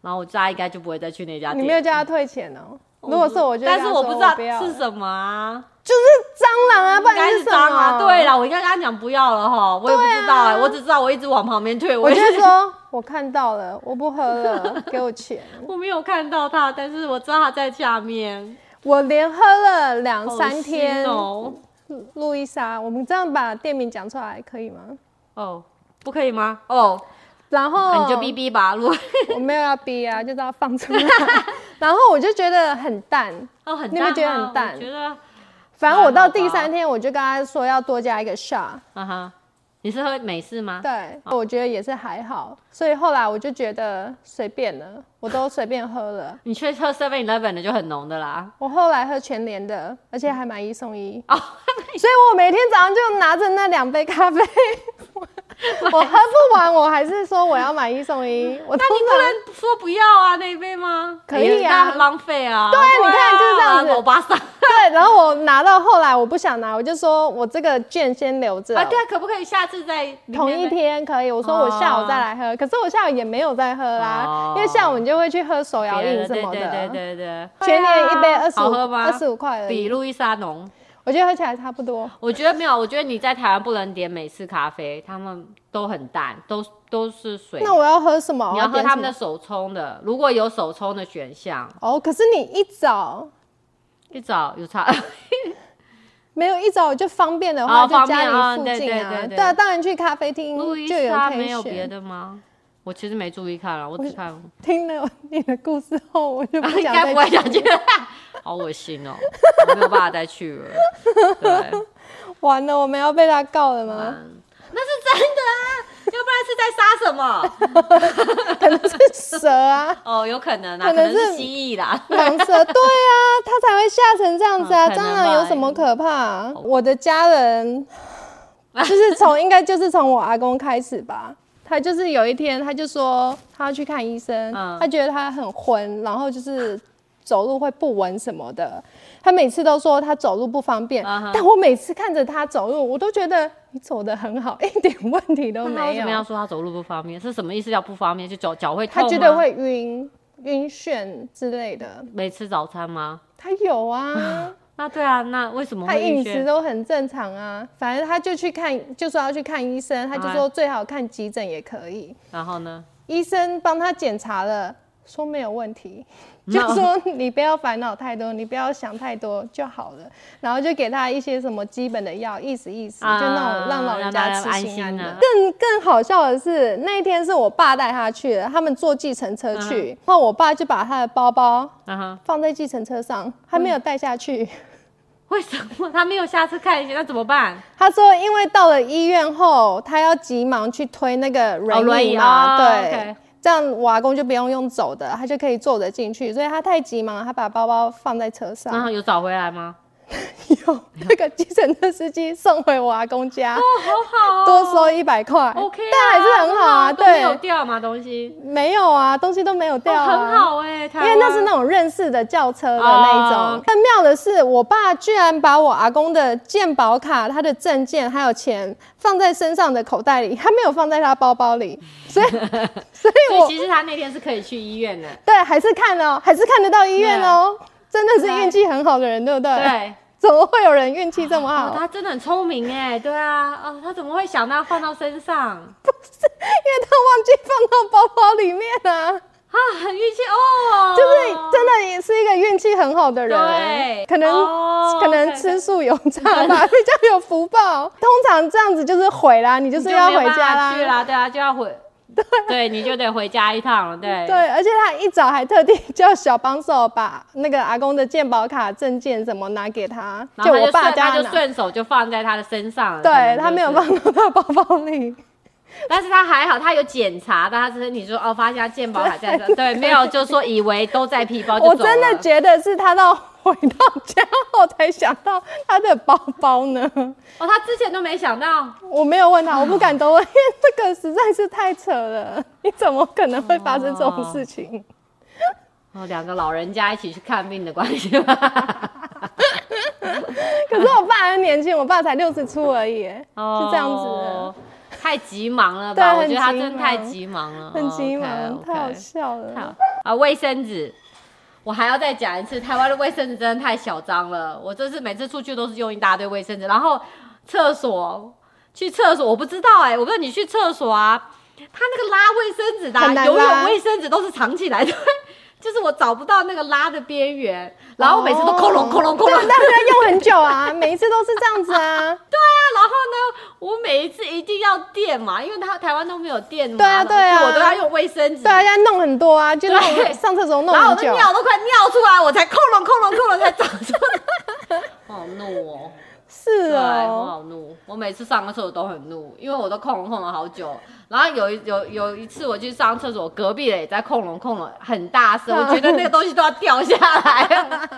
Speaker 1: 然后我家应该就不会再去那家
Speaker 2: 你没有
Speaker 1: 店，
Speaker 2: 叫他退钱哦。如果是我就会
Speaker 1: 但
Speaker 2: 跟他说，
Speaker 1: 是我不知道
Speaker 2: 不要
Speaker 1: 是什么啊。
Speaker 2: 就是蟑螂啊，不
Speaker 1: 应该
Speaker 2: 然
Speaker 1: 是
Speaker 2: 什
Speaker 1: 蟑螂。
Speaker 2: 么？啊
Speaker 1: 对，了，我应该跟他讲不要了哈，我也不知道哎、我只知道我一直往旁边退，我
Speaker 2: 我
Speaker 1: 也
Speaker 2: 就是说我看到了，我不喝了，给我钱。
Speaker 1: 我 没有看到他，但是我知道他在下面。
Speaker 2: 我连喝了两
Speaker 1: 好
Speaker 2: 三天
Speaker 1: 心。哦，
Speaker 2: 路易莎，我们这样把店名讲出来可以吗？
Speaker 1: 哦，不可以吗？哦，
Speaker 2: 然后、
Speaker 1: 那你就逼逼吧， 如果
Speaker 2: 我没有要逼啊，就是要放出来。 然后我就觉得很淡，
Speaker 1: 哦很淡吗，
Speaker 2: 你有没有觉得很淡
Speaker 1: 我觉得
Speaker 2: 反正我到
Speaker 1: 还好吧
Speaker 2: 第三天我就跟他说要多加一个 shot，
Speaker 1: 啊哈，你是喝美式吗？
Speaker 2: 对，我觉得也是还好，所以后来我就觉得随便了，我都随便喝了。
Speaker 1: 你去喝 Seven Eleven 的就很浓的啦。
Speaker 2: 我后来喝全联的，而且还买一送一，
Speaker 1: 哦，
Speaker 2: 所以我每天早上就拿着那两杯咖 啡，我我喝不完，我还是说我要买一送 一。我
Speaker 1: 那
Speaker 2: 通
Speaker 1: 你
Speaker 2: 常
Speaker 1: 不能说不要啊那一杯吗？
Speaker 2: 可以
Speaker 1: 哎呀
Speaker 2: 啊
Speaker 1: 那很浪费啊。对
Speaker 2: 啊你看就是这样子
Speaker 1: 欧巴桑
Speaker 2: 对，然后我拿到后来我不想拿，我就说我这个券先留着。
Speaker 1: 啊，对啊，可不可以下次再
Speaker 2: 同一天可以，我说我下午再来喝，可是我下午也没有再喝啦，
Speaker 1: 哦
Speaker 2: 因为下午你就会去喝手摇
Speaker 1: 别
Speaker 2: 饮
Speaker 1: 的
Speaker 2: 什
Speaker 1: 对
Speaker 2: 么
Speaker 1: 对
Speaker 2: 的，
Speaker 1: 对对对，
Speaker 2: 全年一杯二十
Speaker 1: 好
Speaker 2: 五
Speaker 1: 喝吗？
Speaker 2: 二十五块而
Speaker 1: 比
Speaker 2: 已，
Speaker 1: 路易莎浓。
Speaker 2: 我觉得喝起来差不多。
Speaker 1: 我觉得没有，我觉得你在台湾不能点美式咖啡，他们都很淡，都都是水。
Speaker 2: 那我要喝什么？
Speaker 1: 你要
Speaker 2: 我
Speaker 1: 喝
Speaker 2: 点什
Speaker 1: 他
Speaker 2: 么
Speaker 1: 们的手冲的，如果有手冲的选项，
Speaker 2: 哦，可是你一早
Speaker 1: 一早有茶，
Speaker 2: 没有一早我就方便的话，
Speaker 1: 哦
Speaker 2: 就
Speaker 1: 方
Speaker 2: 家
Speaker 1: 便哦
Speaker 2: 里附近啊，
Speaker 1: 对对对对
Speaker 2: 啊，当然去咖啡厅
Speaker 1: 路易
Speaker 2: 就有
Speaker 1: 莎
Speaker 2: 可
Speaker 1: 没有
Speaker 2: 以
Speaker 1: 别
Speaker 2: 选。
Speaker 1: 的吗？我其实没注意看了，我只看，
Speaker 2: 听了你的故事后，我就不
Speaker 1: 啊应
Speaker 2: 想
Speaker 1: 该
Speaker 2: 再
Speaker 1: 不会
Speaker 2: 去
Speaker 1: 想去，好恶心哦，我没有办法再去了。对，
Speaker 2: 完了，我们要被他告了吗？
Speaker 1: 嗯那是真的啊，要不然是在杀什么？
Speaker 2: 可能是蛇啊。
Speaker 1: 哦，有可能啊，可
Speaker 2: 可
Speaker 1: 能
Speaker 2: 能是
Speaker 1: 是蜥蜴啦。
Speaker 2: 蟒蛇， 对啊，它才会吓成这样子啊！
Speaker 1: 嗯可
Speaker 2: 蟑
Speaker 1: 能，
Speaker 2: 螂有什么可怕、我的家人就是从应该就是从我阿公开始吧。他就是有一天，他就说他要去看医生，
Speaker 1: 嗯
Speaker 2: 他觉得他很昏，然后就是走路会不稳什么的。他每次都说他走路不方便
Speaker 1: 嗯哼
Speaker 2: 但我每次看着他走路，我都觉得你走得很好，一点问题都
Speaker 1: 那他为
Speaker 2: 没
Speaker 1: 什么要
Speaker 2: 有。
Speaker 1: 说他走路不方便？是什么意思？叫不方便？就脚脚会痛
Speaker 2: 他
Speaker 1: 吗？
Speaker 2: 觉得会晕、晕眩之类的，
Speaker 1: 没吃早餐吗？
Speaker 2: 他有 啊。
Speaker 1: 那对啊，那为什么
Speaker 2: 他
Speaker 1: 会
Speaker 2: 饮
Speaker 1: 晕
Speaker 2: 食
Speaker 1: 眩？
Speaker 2: 都很正常啊，反正他就去看，就说要去看医生，他就说最好看急诊也可以。
Speaker 1: 然后呢？
Speaker 2: 医生帮他检查了，说没有 问题，就
Speaker 1: 那
Speaker 2: 说你不要烦恼太多，你不要想太多就好了。然后就给他一些什么基本的药，意思意思，
Speaker 1: 啊
Speaker 2: 就那种让老人家
Speaker 1: 让
Speaker 2: 吃
Speaker 1: 他
Speaker 2: 心安
Speaker 1: 安心
Speaker 2: 的
Speaker 1: 啊。
Speaker 2: 更更好笑的是，那一天是我爸带他去的，他们坐计程车
Speaker 1: 嗯
Speaker 2: 去，然后我爸就把他的包包
Speaker 1: 啊哈，
Speaker 2: 放在计程车上，他
Speaker 1: 嗯
Speaker 2: 没有带下去。
Speaker 1: 为什么他没有下次看一下？那怎么办？
Speaker 2: 他说，因为到了医院后，他要急忙去推那个
Speaker 1: 哦轮
Speaker 2: 轮
Speaker 1: 椅
Speaker 2: 椅嘛，
Speaker 1: 哦
Speaker 2: 啊对。
Speaker 1: OK
Speaker 2: 这样瓦工就不用用
Speaker 1: 啊
Speaker 2: 走的，他就可以坐着进去，所以他太急忙了，他把包包放在车上，
Speaker 1: 然后有找回来吗？
Speaker 2: 有那个计程车司机送回我阿公家，
Speaker 1: 好好哦
Speaker 2: 多收一百块
Speaker 1: ，OK，啊
Speaker 2: 但还是很好哎啊，
Speaker 1: 都没有
Speaker 2: 对，
Speaker 1: 掉嘛东西，
Speaker 2: 没有啊，东西都没 有掉
Speaker 1: 哦很
Speaker 2: 啊。
Speaker 1: 好哎，因
Speaker 2: 因为那是那种认识的轿车的那一
Speaker 1: 哦
Speaker 2: 种。更妙的是，我爸居然把我阿公的健保卡、他的证件还有钱放在身上的口袋里，他没有放在他包 包里，所以所以
Speaker 1: 所以
Speaker 2: 我
Speaker 1: 其实他那天是可以去医院的，
Speaker 2: 对还是看哦，还是看得到医院哦，真的是运气很好的人，对不对？
Speaker 1: 对。
Speaker 2: 怎么会有人运气这么好？
Speaker 1: 哦，他真的很聪明哎，对啊，哦，他怎么会想到放到身上
Speaker 2: 因为他忘记放到包包里面啊，
Speaker 1: 啊？很运气哦，
Speaker 2: 就是真的也是一个运气很好的人，
Speaker 1: 对
Speaker 2: 可能、
Speaker 1: 哦
Speaker 2: 可能
Speaker 1: OK
Speaker 2: 吃素有差 吧，比较有福报。通常这样子就是毁啦，你就
Speaker 1: 你
Speaker 2: 是
Speaker 1: 就
Speaker 2: 要
Speaker 1: 没有
Speaker 2: 回
Speaker 1: 办
Speaker 2: 家
Speaker 1: 法
Speaker 2: 啦。
Speaker 1: 去啦，对啊，就要 回，对，你就得回家一趟了，对，
Speaker 2: 对，而且他一早还特地叫小帮手把那个阿公的健保卡、证件什么拿给他，
Speaker 1: 然后他
Speaker 2: 我
Speaker 1: 就
Speaker 2: 爸
Speaker 1: 顺
Speaker 2: 家
Speaker 1: 他就
Speaker 2: 拿。
Speaker 1: 顺手就放在他的身上了，可能
Speaker 2: 对
Speaker 1: 就
Speaker 2: 他没有
Speaker 1: 是
Speaker 2: 放到他包包里，
Speaker 1: 但是他还好，他有检查，但他只是你说哦，发现他健保卡在 这，对，没有就说以为都在皮包就走
Speaker 2: 我
Speaker 1: 了。
Speaker 2: 真的觉得是他到回到家后才想到他的包包呢。
Speaker 1: 哦，他之前都没想到，
Speaker 2: 我没有问他，我不敢多问，因为这个实在是太扯了，你怎么可能会发生这种事情？
Speaker 1: 哦，两个老人家一起去看病的关系 吧。
Speaker 2: 可是我爸还年轻，我爸才六十出而已，哎
Speaker 1: 哦，
Speaker 2: 就这样子的，
Speaker 1: 太急忙了
Speaker 2: 对
Speaker 1: 吧？我
Speaker 2: 很
Speaker 1: 觉得他
Speaker 2: 急
Speaker 1: 真的太
Speaker 2: 忙
Speaker 1: 急忙了，哦
Speaker 2: 很急忙，
Speaker 1: OK，OK
Speaker 2: 太好笑
Speaker 1: 太好
Speaker 2: 了。
Speaker 1: 啊！卫生纸，我还要再讲一次，台湾的卫生纸真的太小张了。我这次每次出去都是用一大堆卫生纸，然后厕所去厕所，我不知道哎、我不知道你去厕所啊，他那个拉卫生纸的、
Speaker 2: 很
Speaker 1: 啊，
Speaker 2: 难
Speaker 1: 游泳
Speaker 2: 拉
Speaker 1: 卫生纸都是藏起来的。 就是我找不到那个拉的边缘，然后每次都空隆空隆空
Speaker 2: 哦对，
Speaker 1: 隆
Speaker 2: 但是要用很久啊，每一次都是这样子啊。
Speaker 1: 然后呢，我每一次一定要垫嘛，因为他台湾都没有垫嘛，
Speaker 2: 对啊对啊
Speaker 1: 然后我都要用卫生纸。
Speaker 2: 对啊，要弄很多啊，就
Speaker 1: 对
Speaker 2: 弄上厕所弄
Speaker 1: 然后我
Speaker 2: 很
Speaker 1: 的
Speaker 2: 久。
Speaker 1: 尿都快尿出来，我才空隆空隆空隆才长出来。我 好怒 哦！
Speaker 2: 是
Speaker 1: 对，我
Speaker 2: 哦，
Speaker 1: 好怒。我每次上个厕所都很怒，因为我都空隆空隆好久。然后有一有有一次我去上厕所，隔壁的也在空隆空隆，很大声，我觉得那个东西都要掉下来了，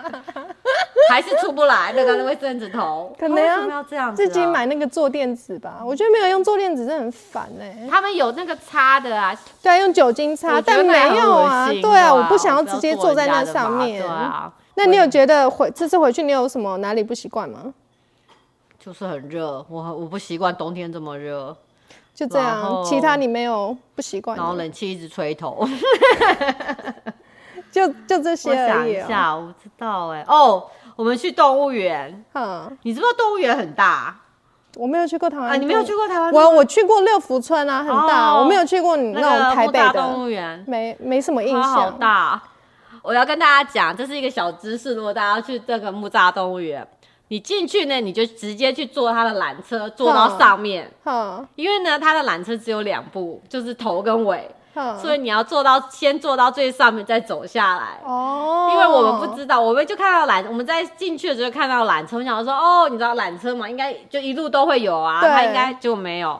Speaker 1: 还是出不来那个卫生纸头。
Speaker 2: 可能
Speaker 1: 啊
Speaker 2: 要
Speaker 1: 为什么要这样子、啊？
Speaker 2: 自己。买那个坐垫纸吧，我觉得没有用坐垫纸真的很烦哎。
Speaker 1: 他们有那个擦的啊，
Speaker 2: 对啊，用酒精擦，
Speaker 1: 我觉得
Speaker 2: 但
Speaker 1: 那
Speaker 2: 没
Speaker 1: 也很
Speaker 2: 有啊。
Speaker 1: 恶心
Speaker 2: 对啊，
Speaker 1: 的
Speaker 2: 我不想
Speaker 1: 我
Speaker 2: 要
Speaker 1: 不
Speaker 2: 直接
Speaker 1: 做
Speaker 2: 坐在
Speaker 1: 人家
Speaker 2: 那
Speaker 1: 的
Speaker 2: 上
Speaker 1: 嘛
Speaker 2: 面
Speaker 1: 对。啊，
Speaker 2: 那你有觉得回这次回去你有什么哪里不习惯吗？
Speaker 1: 就是很热，我我不习惯冬天这么热。
Speaker 2: 就这
Speaker 1: 然后
Speaker 2: 样，其他你没有不习惯的，
Speaker 1: 然后冷气一直吹头。
Speaker 2: 就就这
Speaker 1: 我
Speaker 2: 些而
Speaker 1: 想
Speaker 2: 已、
Speaker 1: 一
Speaker 2: 哦。
Speaker 1: 下，我不知道哎、哦，我们去动物园，
Speaker 2: 嗯，
Speaker 1: 你知不知道动物园很大啊
Speaker 2: 我没有去过台湾
Speaker 1: 啊？你没有去过台湾？
Speaker 2: 嗯我我去过六福村啊，很大，
Speaker 1: 哦
Speaker 2: 我没有去过你
Speaker 1: 那
Speaker 2: 那种
Speaker 1: 个
Speaker 2: 台
Speaker 1: 木
Speaker 2: 北
Speaker 1: 栅
Speaker 2: 的，
Speaker 1: 动物园，
Speaker 2: 没没什么印
Speaker 1: 它好
Speaker 2: 象。
Speaker 1: 大。啊我要跟大家讲，这是一个小知识。如果大家去这个木栅动物园，你进去呢，你就直接去坐它的缆车，坐到
Speaker 2: 嗯
Speaker 1: 上面，
Speaker 2: 哈
Speaker 1: 因为呢，它的缆车只有两步，就是头跟尾，
Speaker 2: 哈，
Speaker 1: 所以你要坐到先坐到最上面，再走下来。
Speaker 2: 哦，
Speaker 1: 因为我们不知道，我们就看到缆，我们在进去的时候就看到缆车，我想说哦，你知道缆车嘛，应该就一路都会有啊，
Speaker 2: 对
Speaker 1: 它应该就没有，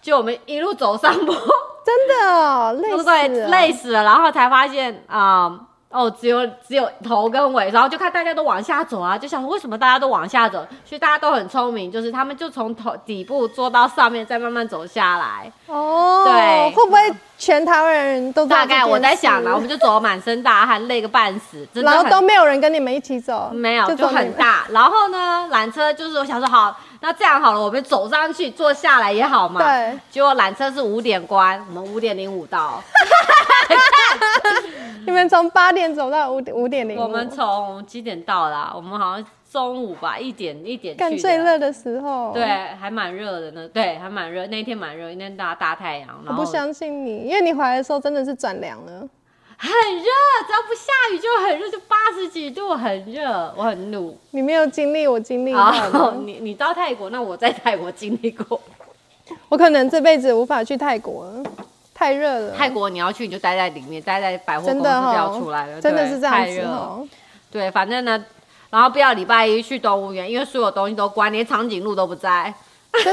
Speaker 1: 就我们一路走上坡，
Speaker 2: 真的哦， 累
Speaker 1: 对
Speaker 2: 死了
Speaker 1: 累死了，然后才发现啊。嗯哦，只有只有头跟尾，然后就看大家都往下走啊，就想说为什么大家都往下走？所以大家都很聪明，就是他们就从头底部坐到上面，再慢慢走下来。
Speaker 2: 哦，
Speaker 1: 对
Speaker 2: 会不会全台湾人都知道
Speaker 1: 大概
Speaker 2: 这件
Speaker 1: 我在想啊
Speaker 2: 事
Speaker 1: 啦，我们就走得满身大汗，累个半死，真的
Speaker 2: 然后
Speaker 1: 很
Speaker 2: 都没有人跟你们一起走，
Speaker 1: 没有，就
Speaker 2: 走你
Speaker 1: 很
Speaker 2: 们。
Speaker 1: 大。然后呢，缆车就是我想说好，那这样好了，我们走上去坐下来也好嘛。。
Speaker 2: 对，
Speaker 1: 结果缆车是五点关，我们五点零五到。
Speaker 2: 你们从八点走到五点五点零五，
Speaker 1: 我们从几点到啦？我们好像中午吧，一点一点
Speaker 2: 干
Speaker 1: 去
Speaker 2: 最
Speaker 1: 的。
Speaker 2: 热的时候，
Speaker 1: 对，还蛮热的呢。对，还蛮热，那一天蛮热，那天大大太阳，
Speaker 2: 我
Speaker 1: 然后
Speaker 2: 不相信你，因为你回来的时候真的是转凉了。
Speaker 1: 很热，只要不下雨就很热，就八十几度，很热，我很怒。
Speaker 2: 你 没有经历我经历到
Speaker 1: 好，
Speaker 2: 的，
Speaker 1: 你你到泰国，那我在泰国经历过。
Speaker 2: 我可能这辈子无法去泰国了，太热了，
Speaker 1: 泰国你要去，你就待在里面，待在百货公司
Speaker 2: 嗯真
Speaker 1: 不
Speaker 2: 的
Speaker 1: 要
Speaker 2: 哈
Speaker 1: 出来了，，
Speaker 2: 真的
Speaker 1: 对
Speaker 2: 是这样
Speaker 1: 太
Speaker 2: 子哦
Speaker 1: 热了。
Speaker 2: 哈。
Speaker 1: 对，反正呢，然后不要礼拜一去动物园，因为所有东西都关，连长颈鹿都不在。
Speaker 2: 长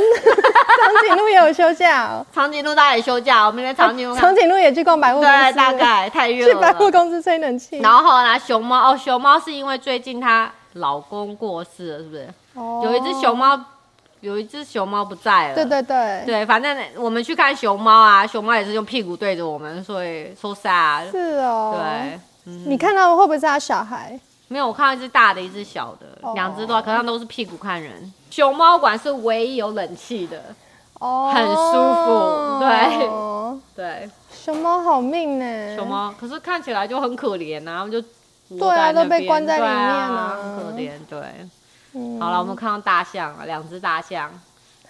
Speaker 2: 颈鹿也有休假哦，
Speaker 1: 长颈鹿大家也休假，我们在长颈鹿看
Speaker 2: 长颈鹿也去逛百货公
Speaker 1: 啊对，
Speaker 2: 司，
Speaker 1: 大概太
Speaker 2: 去
Speaker 1: 热
Speaker 2: 百货
Speaker 1: 了。
Speaker 2: 公司吹冷气
Speaker 1: 然。后后来熊猫哦，熊猫是因为最近它老公过世了，是不是？
Speaker 2: 哦
Speaker 1: 有一只熊猫，有一只熊猫不在了。
Speaker 2: 对对对，
Speaker 1: 对，反正我们去看熊猫啊，熊猫也是用屁股对着我们，所以 so sad。
Speaker 2: 是哦。
Speaker 1: 对，
Speaker 2: 你看到会不会是他小孩？
Speaker 1: 没有，我看到一只大的，一只小的，
Speaker 2: 哦
Speaker 1: 两只都，可是它们都是屁股看人。熊猫馆是唯一有冷气的，
Speaker 2: 哦，
Speaker 1: 很舒对，
Speaker 2: 熊猫哦好命呢。
Speaker 1: 熊猫，可是看起来就很可怜呐、啊，它们就窝
Speaker 2: 嗯对啊
Speaker 1: 在那
Speaker 2: 都被
Speaker 1: 边
Speaker 2: 关在里
Speaker 1: 对
Speaker 2: 面啊
Speaker 1: 啊，很可怜。对，
Speaker 2: 嗯
Speaker 1: 好了，我们看到大象了，两只大象，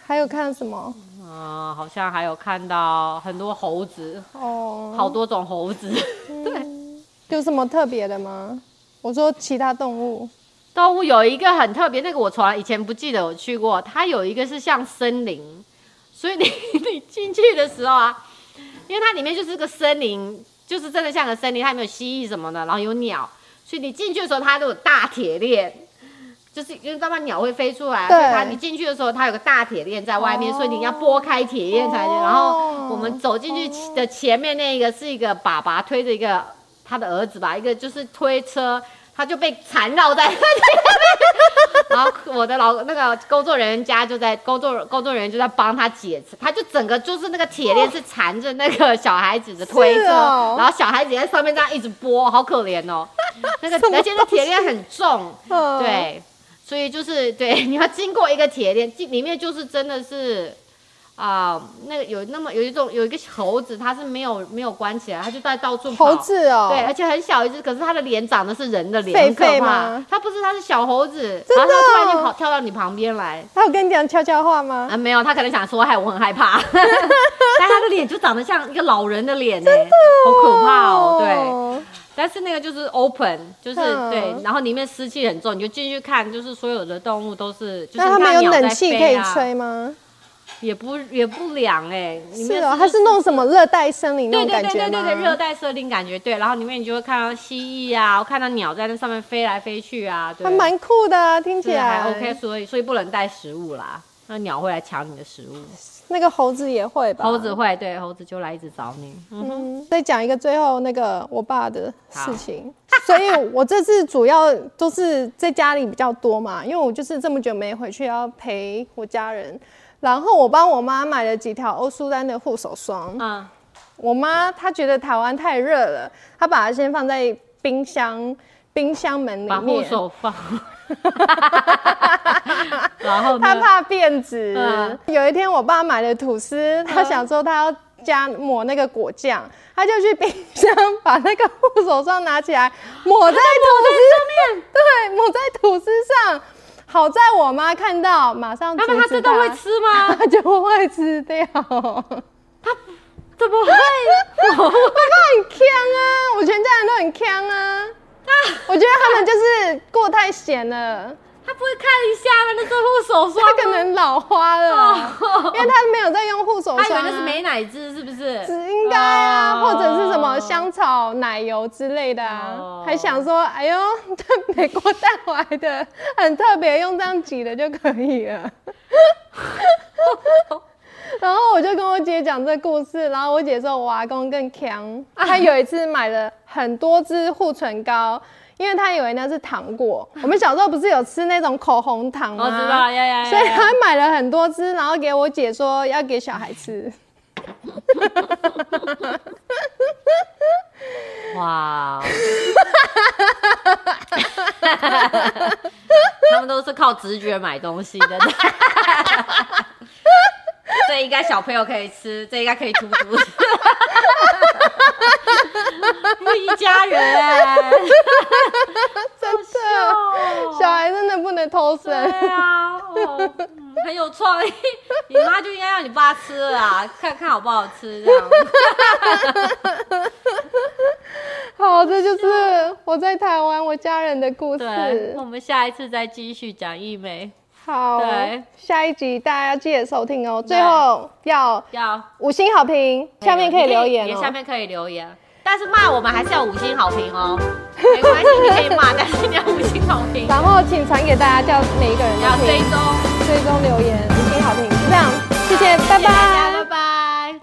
Speaker 2: 还有看什么？
Speaker 1: 嗯、好像还有看到很多猴子，
Speaker 2: 哦，
Speaker 1: 好多种猴子。
Speaker 2: 有什么特别的吗？我说其他动物，
Speaker 1: 动物有一个很特别，那个我从来以前不记得有去过。它有一个是像森林，所以你 你进去的时候啊，因为它里面就是个森林，就是真的像个森林，它里面有蜥蜴什么的，然后有鸟，所以你进去的时候它都有大铁链，就是因为慢慢鸟会飞出来，啊
Speaker 2: 对
Speaker 1: 所以它你进去的时候它有个大铁链在外面，所以你要拨开铁链才能。然后我们走进去的前面那个是一个爸爸推着一个他的儿子吧，一个就是推车，他就被缠绕在然后我的老那个工作人员家就在工作工作人员就在帮他解，他就整个就是那个铁链是缠着那个小孩子的推
Speaker 2: 是
Speaker 1: 车，
Speaker 2: 哦
Speaker 1: 然后小孩子也在上面这样一直拨，好可怜 哦。那个
Speaker 2: 什么
Speaker 1: 而且那铁链很重，
Speaker 2: 嗯，，
Speaker 1: 对，所以就是对， 你要经过一个铁链，进里面就是真的是。啊、那个有那么有一种有一个猴子，它是没有没有关起来，它就在到处跑。
Speaker 2: 猴子哦，
Speaker 1: 对，而，且很小一只，可是它的脸长的是人的脸，
Speaker 2: 狒
Speaker 1: 很可
Speaker 2: 狒
Speaker 1: 怕
Speaker 2: 吗。
Speaker 1: 它不是，它是小猴子，
Speaker 2: 真
Speaker 1: 然后
Speaker 2: 的
Speaker 1: 它突然
Speaker 2: 哦
Speaker 1: 就跑跳到你旁边来。
Speaker 2: 他有跟你讲悄悄话吗？
Speaker 1: 啊，没有，他可能想说害我很害 怕，但他的脸就长得像一个老人的脸呢、好可怕哦，对。
Speaker 2: 对，
Speaker 1: 但是那个就是 open，就是、
Speaker 2: 嗯
Speaker 1: 对，然后里面湿气很重，你就进去看，就是所有的动物都是，就是
Speaker 2: 那他
Speaker 1: 看
Speaker 2: 们有
Speaker 1: 鸟在
Speaker 2: 冷气可
Speaker 1: 飞
Speaker 2: 以
Speaker 1: 啊，
Speaker 2: 吹吗？
Speaker 1: 也不也不凉哎、里
Speaker 2: 是
Speaker 1: 面
Speaker 2: 哦，
Speaker 1: 就
Speaker 2: 它是那种什么热带森林那
Speaker 1: 对
Speaker 2: 种
Speaker 1: 对
Speaker 2: 感
Speaker 1: 对
Speaker 2: 觉
Speaker 1: 对对
Speaker 2: 吗？
Speaker 1: 对，热带设定感觉对，然后里面你就会看到蜥蜴啊，看到鸟在那上面飞来飞去啊，对，
Speaker 2: 还蛮酷的啊，听起
Speaker 1: 对还
Speaker 2: 来
Speaker 1: OK，所以所以不能带食物啦，那鸟会来抢你的食物。
Speaker 2: 那个猴子也会吧？
Speaker 1: 猴子，会，对，猴子就来一直找你。嗯，
Speaker 2: 嗯，再讲一个最后那个我爸的事情。 所以，我这次主要都是在家里比较多嘛，因为我就是这么久没回去，要陪我家人。然后我帮我妈买了几条欧舒丹的护手霜。
Speaker 1: 啊，
Speaker 2: 我妈她觉得台湾太热了，她把它先放在冰箱冰箱门嗯里
Speaker 1: 把
Speaker 2: 面，
Speaker 1: 护手放，然后
Speaker 2: 他
Speaker 1: 呢？
Speaker 2: 怕变质。
Speaker 1: 嗯
Speaker 2: 有一天，我爸买了吐司，他想说他要加抹那个果酱，他就去冰箱把那个护手霜拿起 来抹在吐司上面，对，抹在吐司上。好在我妈看到，马上
Speaker 1: 那么
Speaker 2: 阻
Speaker 1: 它
Speaker 2: 止
Speaker 1: 真的会吃 吗？
Speaker 2: 他就会吃掉。
Speaker 1: 怎么会？
Speaker 2: 我哥很强啊，我全家人都很强啊。 我觉得他们就是过太闲 了。
Speaker 1: 它不会看一下吗？那这护手霜
Speaker 2: 他，可能老花 了啊，
Speaker 1: 哦
Speaker 2: 因为他没有在用护手
Speaker 1: 它以
Speaker 2: 霜、
Speaker 1: 为
Speaker 2: 啊，
Speaker 1: 那是美乃滋，是不是？
Speaker 2: 只应该啊，
Speaker 1: 哦
Speaker 2: 或者是什么香草、奶油之类的啊，
Speaker 1: 哦
Speaker 2: 还想说，哎呦，这美国带回来的很特别，用这样挤的就可 以了。然后我就跟我姐讲这故事，然后我姐说我阿公更强，他有一次买了很多支护唇膏。因为他以为那是糖果，我们小时候不是有吃那种口红糖吗？
Speaker 1: 我哦知道，呀呀
Speaker 2: 所以
Speaker 1: 呀！
Speaker 2: 他买了很多只，然后给我姐说要给小孩吃。
Speaker 1: 哇，哦 他们都是靠直觉买东西的。 这应该小朋友可以吃，这应该可以突 突。一家人，真的
Speaker 2: 小孩真的不能偷生，
Speaker 1: 对啊，哦嗯很有 创意。你妈就应该让你爸吃了啊，看看好不好吃这 样。
Speaker 2: 好，这就是我在台湾我家人的故
Speaker 1: 对，
Speaker 2: 事
Speaker 1: 那。我们下一次再继续讲医美，
Speaker 2: 好
Speaker 1: 对，
Speaker 2: 下一集大家要记得收听哦。最后要
Speaker 1: 要
Speaker 2: 五星好评，下面可以留言
Speaker 1: 也
Speaker 2: 哦。
Speaker 1: 下面啊可以留言。但是骂我们还是要五星好评哦，没关系，你可以骂，但是你要五星好评，
Speaker 2: 然后请传给大家，叫每一个人
Speaker 1: 要
Speaker 2: 都
Speaker 1: 追
Speaker 2: 听，
Speaker 1: 踪。
Speaker 2: 追踪留言，五星好评，就这样，谢谢，拜
Speaker 1: 谢谢大
Speaker 2: 拜
Speaker 1: 家。